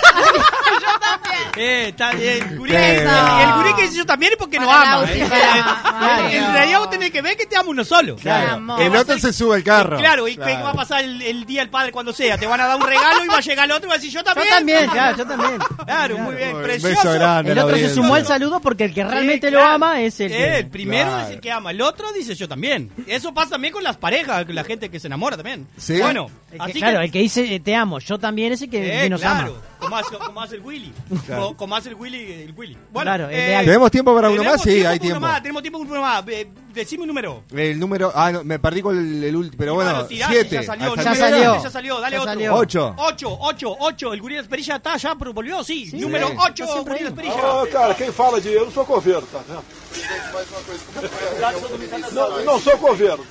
[SPEAKER 12] Yo también.
[SPEAKER 6] Eh, está bien. El gurí, el,
[SPEAKER 3] Eso.
[SPEAKER 6] el gurí que dice yo también es porque no
[SPEAKER 12] Para
[SPEAKER 6] ama.
[SPEAKER 12] la
[SPEAKER 6] ¿eh?
[SPEAKER 12] música.
[SPEAKER 6] En- en realidad vos tenés que ver que te amo uno solo.
[SPEAKER 3] Claro.
[SPEAKER 6] Que
[SPEAKER 3] El
[SPEAKER 6] va a
[SPEAKER 3] otro
[SPEAKER 6] ser-
[SPEAKER 3] se sube al carro.
[SPEAKER 6] Eh, Claro, y que va a pasar el, el día del padre cuando sea. Te van a dar un regalo y va a llegar el otro y va a decir yo también.
[SPEAKER 5] Yo también, claro, yo también.
[SPEAKER 6] Claro, muy bien, precioso.
[SPEAKER 3] beso grande a
[SPEAKER 5] El
[SPEAKER 3] la
[SPEAKER 5] otro se
[SPEAKER 3] audiencia.
[SPEAKER 5] sumó al saludo porque el que realmente
[SPEAKER 6] Sí, claro.
[SPEAKER 5] lo ama es el.
[SPEAKER 6] Eh,
[SPEAKER 5] que-
[SPEAKER 6] el primero es el que ama, el otro dice yo también. Eso pasa también con las parejas, con la gente que se enamora también. Bueno,
[SPEAKER 5] El que-
[SPEAKER 6] así
[SPEAKER 5] claro,
[SPEAKER 6] que,
[SPEAKER 5] el que dice eh, te amo, yo también es el que
[SPEAKER 6] Eh,
[SPEAKER 5] nos ama.
[SPEAKER 6] claro. Como como hace, como hace el Willy.
[SPEAKER 3] Claro.
[SPEAKER 6] Co- Como hace el Willy, el Willy. Bueno, eh,
[SPEAKER 3] Claro, el de Alf. ¿Tenemos tiempo para uno
[SPEAKER 6] tenemos
[SPEAKER 3] más? Sí, hay
[SPEAKER 6] para uno
[SPEAKER 3] tiempo.
[SPEAKER 6] más, tenemos tiempo para uno más. Eh, decime un número.
[SPEAKER 3] El número. Ah, no, me perdí con el, el último. Pero bueno,
[SPEAKER 6] Lo tiraste,
[SPEAKER 3] siete.
[SPEAKER 6] Ya salió,
[SPEAKER 3] Hasta
[SPEAKER 6] ya
[SPEAKER 3] el
[SPEAKER 6] salió.
[SPEAKER 3] primero.
[SPEAKER 6] Ya salió, dale
[SPEAKER 3] Ya
[SPEAKER 6] otro.
[SPEAKER 3] salió. Ocho.
[SPEAKER 6] Ocho, ocho, ocho. El gurí de Esperilla está ya, pero volvió, sí.
[SPEAKER 14] Sí.
[SPEAKER 6] Número
[SPEAKER 14] Sí.
[SPEAKER 6] ocho, gurí de Esperilla.
[SPEAKER 14] Ah, cara, quem fala de eu não sou coveiro, tá vendo? Não, não sou coveiro.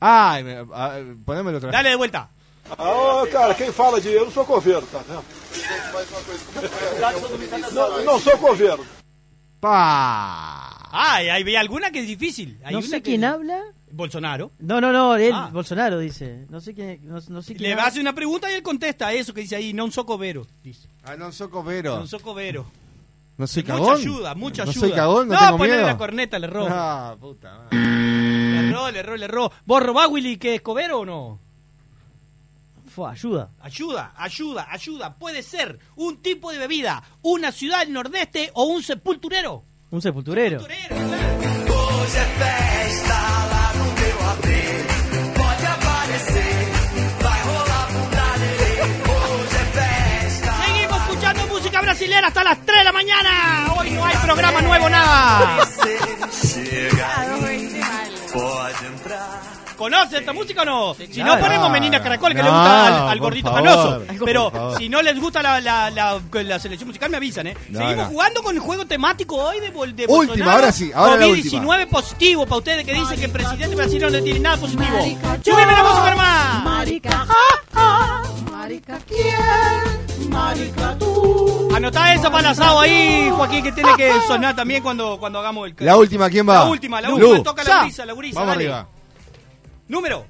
[SPEAKER 3] Ay, me, ah, ponémelo otra vez.
[SPEAKER 6] Dale de vuelta.
[SPEAKER 14] Ah, cara, quem fala de eu não sou coveiro, tá vendo? Não, não sou coveiro.
[SPEAKER 6] Ay, hay alguna que es difícil. Hay
[SPEAKER 5] No
[SPEAKER 6] una
[SPEAKER 5] sé
[SPEAKER 6] que-
[SPEAKER 5] quién habla.
[SPEAKER 6] Bolsonaro.
[SPEAKER 5] No, no, no, él,
[SPEAKER 6] Ah.
[SPEAKER 5] Bolsonaro dice. No sé quién, no, no sé quién
[SPEAKER 6] Le
[SPEAKER 5] habla.
[SPEAKER 6] hace una pregunta y él contesta eso que dice ahí, no soy covero. Dice.
[SPEAKER 3] Ah, no soy covero.
[SPEAKER 6] No soy covero.
[SPEAKER 3] No soy cagón.
[SPEAKER 6] Mucha ayuda, mucha ayuda.
[SPEAKER 3] No soy cagón, no,
[SPEAKER 6] no
[SPEAKER 3] tengo
[SPEAKER 6] ponele
[SPEAKER 3] miedo.
[SPEAKER 6] la corneta, le erró.
[SPEAKER 3] Ah, puta
[SPEAKER 6] Le erró, le erró, le erró. ¿Vos robás, Willy, que es covero o no?
[SPEAKER 5] Fue, ayuda.
[SPEAKER 6] Ayuda, ayuda, ayuda. Puede ser un tipo de bebida, una ciudad del nordeste o un sepulturero.
[SPEAKER 5] Un sepulturero.
[SPEAKER 2] Hoje é festa lá no meu AP. Pode aparecer, vai rolar bunda lelê. Hoje é festa.
[SPEAKER 6] Seguimos escuchando música brasilera hasta las 3 de la mañana. Hoy no hay programa nuevo, nada.
[SPEAKER 2] Chega,
[SPEAKER 7] este
[SPEAKER 2] pode entrar.
[SPEAKER 6] ¿Conoce esta música o no? si
[SPEAKER 2] claro.
[SPEAKER 6] no ponemos Menina Caracol, que le
[SPEAKER 3] No,
[SPEAKER 6] gusta al, al
[SPEAKER 3] por
[SPEAKER 6] gordito
[SPEAKER 3] favor.
[SPEAKER 6] canoso.
[SPEAKER 3] Por
[SPEAKER 6] Pero
[SPEAKER 3] favor.
[SPEAKER 6] si no les gusta la, la- la- la selección musical, me avisan, ¿eh?
[SPEAKER 3] No,
[SPEAKER 6] Seguimos
[SPEAKER 3] no.
[SPEAKER 6] jugando con el juego temático hoy de, Bol- de
[SPEAKER 3] Última,
[SPEAKER 6] Bolsonaro.
[SPEAKER 3] ahora sí, ahora la última.
[SPEAKER 6] COVID-19 positivo para ustedes que dicen que el presidente brasileño no tiene nada positivo. ¡Súbeme la música, hermano! Ah,
[SPEAKER 31] Marica, Marica, ¿quién? Marica, tú.
[SPEAKER 6] Anotá esa para el asado ahí, Joaquín, que tiene que sonar también cuando, cuando hagamos el...
[SPEAKER 3] La última, ¿quién va?
[SPEAKER 6] La última, la
[SPEAKER 3] Lu.
[SPEAKER 6] última.
[SPEAKER 3] Lu.
[SPEAKER 6] Toca
[SPEAKER 3] Ya.
[SPEAKER 6] la gurisa, la gurisa.
[SPEAKER 3] Vamos
[SPEAKER 6] dale.
[SPEAKER 3] arriba.
[SPEAKER 6] Número,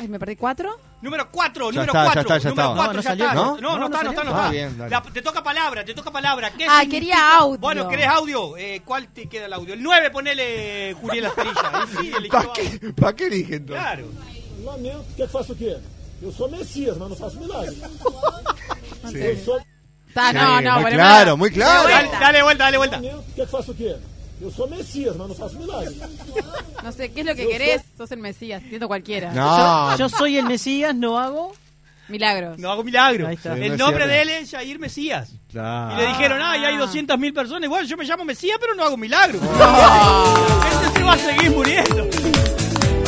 [SPEAKER 7] Ay, me perdí cuatro.
[SPEAKER 6] número 4,
[SPEAKER 3] Ya
[SPEAKER 6] número
[SPEAKER 3] está, ya
[SPEAKER 6] 4.
[SPEAKER 3] está, ya
[SPEAKER 6] número
[SPEAKER 3] está.
[SPEAKER 6] 4,
[SPEAKER 3] No, no
[SPEAKER 6] ya
[SPEAKER 3] salió.
[SPEAKER 6] está.
[SPEAKER 3] ¿No?
[SPEAKER 6] No, no,
[SPEAKER 3] No, no
[SPEAKER 6] está, no está, no
[SPEAKER 3] salió.
[SPEAKER 6] está.
[SPEAKER 3] Ah, bien, dale.
[SPEAKER 6] La- te toca palabra, te toca palabra. ¿Qué
[SPEAKER 7] Ah,
[SPEAKER 6] significa?
[SPEAKER 7] quería audio.
[SPEAKER 6] Bueno, ¿querés audio? Eh, ¿Cuál te queda el audio? El 9, ponele eh, Julián Asperilla. Sí, eligió
[SPEAKER 3] ¿Para qué, ¿Para qué dije entonces?
[SPEAKER 6] Claro.
[SPEAKER 14] Lamento, quer que faça o quê? Eu sou Messias, mas não faço milagre. Eu
[SPEAKER 3] Sí.
[SPEAKER 14] sou...
[SPEAKER 7] Está,
[SPEAKER 3] Sí,
[SPEAKER 7] no, no,
[SPEAKER 3] muy
[SPEAKER 7] bueno,
[SPEAKER 3] claro,
[SPEAKER 7] bueno.
[SPEAKER 3] muy claro.
[SPEAKER 7] Pero
[SPEAKER 6] Dale,
[SPEAKER 7] bueno,
[SPEAKER 6] dale vuelta, dale vuelta.
[SPEAKER 14] Lamento, quer que faça o quê? Eu sou Messias, mas não faço milagre.
[SPEAKER 7] No sé, ¿qué es lo que querés? Sos el Mesías, siento cualquiera.
[SPEAKER 5] Yo, yo soy el Mesías, no hago.
[SPEAKER 7] Milagros.
[SPEAKER 6] No hago milagro.
[SPEAKER 5] Ahí está.
[SPEAKER 3] Sí, no
[SPEAKER 6] El
[SPEAKER 3] es
[SPEAKER 6] nombre
[SPEAKER 3] cierto.
[SPEAKER 6] de él es Jair Mesías. Y
[SPEAKER 3] Claro.
[SPEAKER 10] Ah.
[SPEAKER 6] le dijeron, ay, hay 200.000 personas. Igual yo me llamo Mesías, pero no hago milagro. La gente se va a seguir muriendo.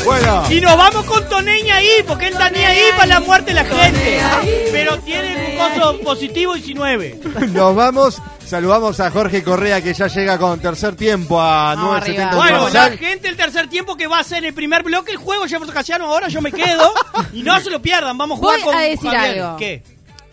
[SPEAKER 3] Bueno,
[SPEAKER 6] Y nos vamos con Toneña ahí, porque él está ni ahí para la muerte de la gente. Pero tiene un coso positivo 19.
[SPEAKER 3] nos vamos. Saludamos a Jorge Correa que ya llega con tercer tiempo a
[SPEAKER 7] Vamos
[SPEAKER 3] 970
[SPEAKER 7] arriba.
[SPEAKER 6] Bueno, la
[SPEAKER 3] Universal.
[SPEAKER 6] gente el tercer tiempo que va a ser el primer bloque el juego Jefferson Casiano, ahora yo me quedo y no se lo pierdan, vamos a jugar
[SPEAKER 7] Voy
[SPEAKER 6] con
[SPEAKER 7] a decir
[SPEAKER 6] Javier.
[SPEAKER 7] algo.
[SPEAKER 6] ¿Qué?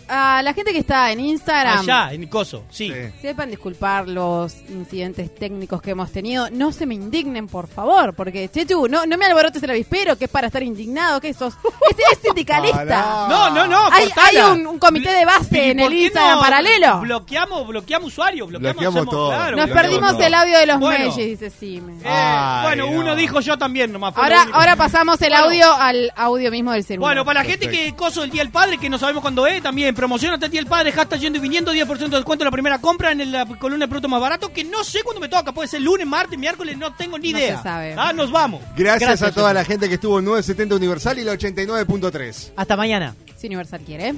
[SPEAKER 7] A la gente que está en Instagram.
[SPEAKER 6] Allá, en coso, sí.
[SPEAKER 7] Sepan disculpar los incidentes técnicos que hemos tenido. No se me indignen, por favor, porque Chechu, no, no me alborotes el avispero, que es para estar indignado, que sos. Es, es sindicalista.
[SPEAKER 3] Pará.
[SPEAKER 6] No, no, no,
[SPEAKER 7] hay hay
[SPEAKER 6] cortala.
[SPEAKER 7] un, un comité de base
[SPEAKER 6] ¿Y
[SPEAKER 7] en
[SPEAKER 6] por
[SPEAKER 7] el
[SPEAKER 6] qué
[SPEAKER 7] Instagram
[SPEAKER 6] no
[SPEAKER 7] paralelo.
[SPEAKER 6] Bloqueamos, bloqueamos usuarios, bloqueamos,
[SPEAKER 3] Bloqueamos
[SPEAKER 6] hacemos-
[SPEAKER 3] todo.
[SPEAKER 6] claro,
[SPEAKER 7] Nos
[SPEAKER 3] bloqueamos
[SPEAKER 7] perdimos
[SPEAKER 3] todo.
[SPEAKER 7] el audio de los
[SPEAKER 6] Bueno.
[SPEAKER 7] Mellis, dice Sime.
[SPEAKER 6] Eh,
[SPEAKER 3] Ay,
[SPEAKER 6] bueno,
[SPEAKER 3] no.
[SPEAKER 6] uno dijo yo también nomás. fue lo
[SPEAKER 7] Ahora,
[SPEAKER 6] único.
[SPEAKER 7] ahora pasamos el
[SPEAKER 6] Bueno.
[SPEAKER 7] audio al audio mismo del celular.
[SPEAKER 6] Bueno, para la gente que coso el Día del Padre, que no sabemos cuándo es, también promoción hasta el Día del Padre, está yendo y viniendo, 10% de descuento en la primera compra en la columna de productos más barato, que no sé cuándo me toca, puede ser lunes, martes, miércoles, no tengo ni
[SPEAKER 7] No
[SPEAKER 6] idea.
[SPEAKER 7] se sabe.
[SPEAKER 6] Ah, nos vamos.
[SPEAKER 3] Gracias, a
[SPEAKER 5] Gracias,
[SPEAKER 3] toda
[SPEAKER 5] Jorge.
[SPEAKER 3] la gente que estuvo en 970 Universal y la 89.3.
[SPEAKER 5] Hasta mañana.
[SPEAKER 7] Si Universal quiere.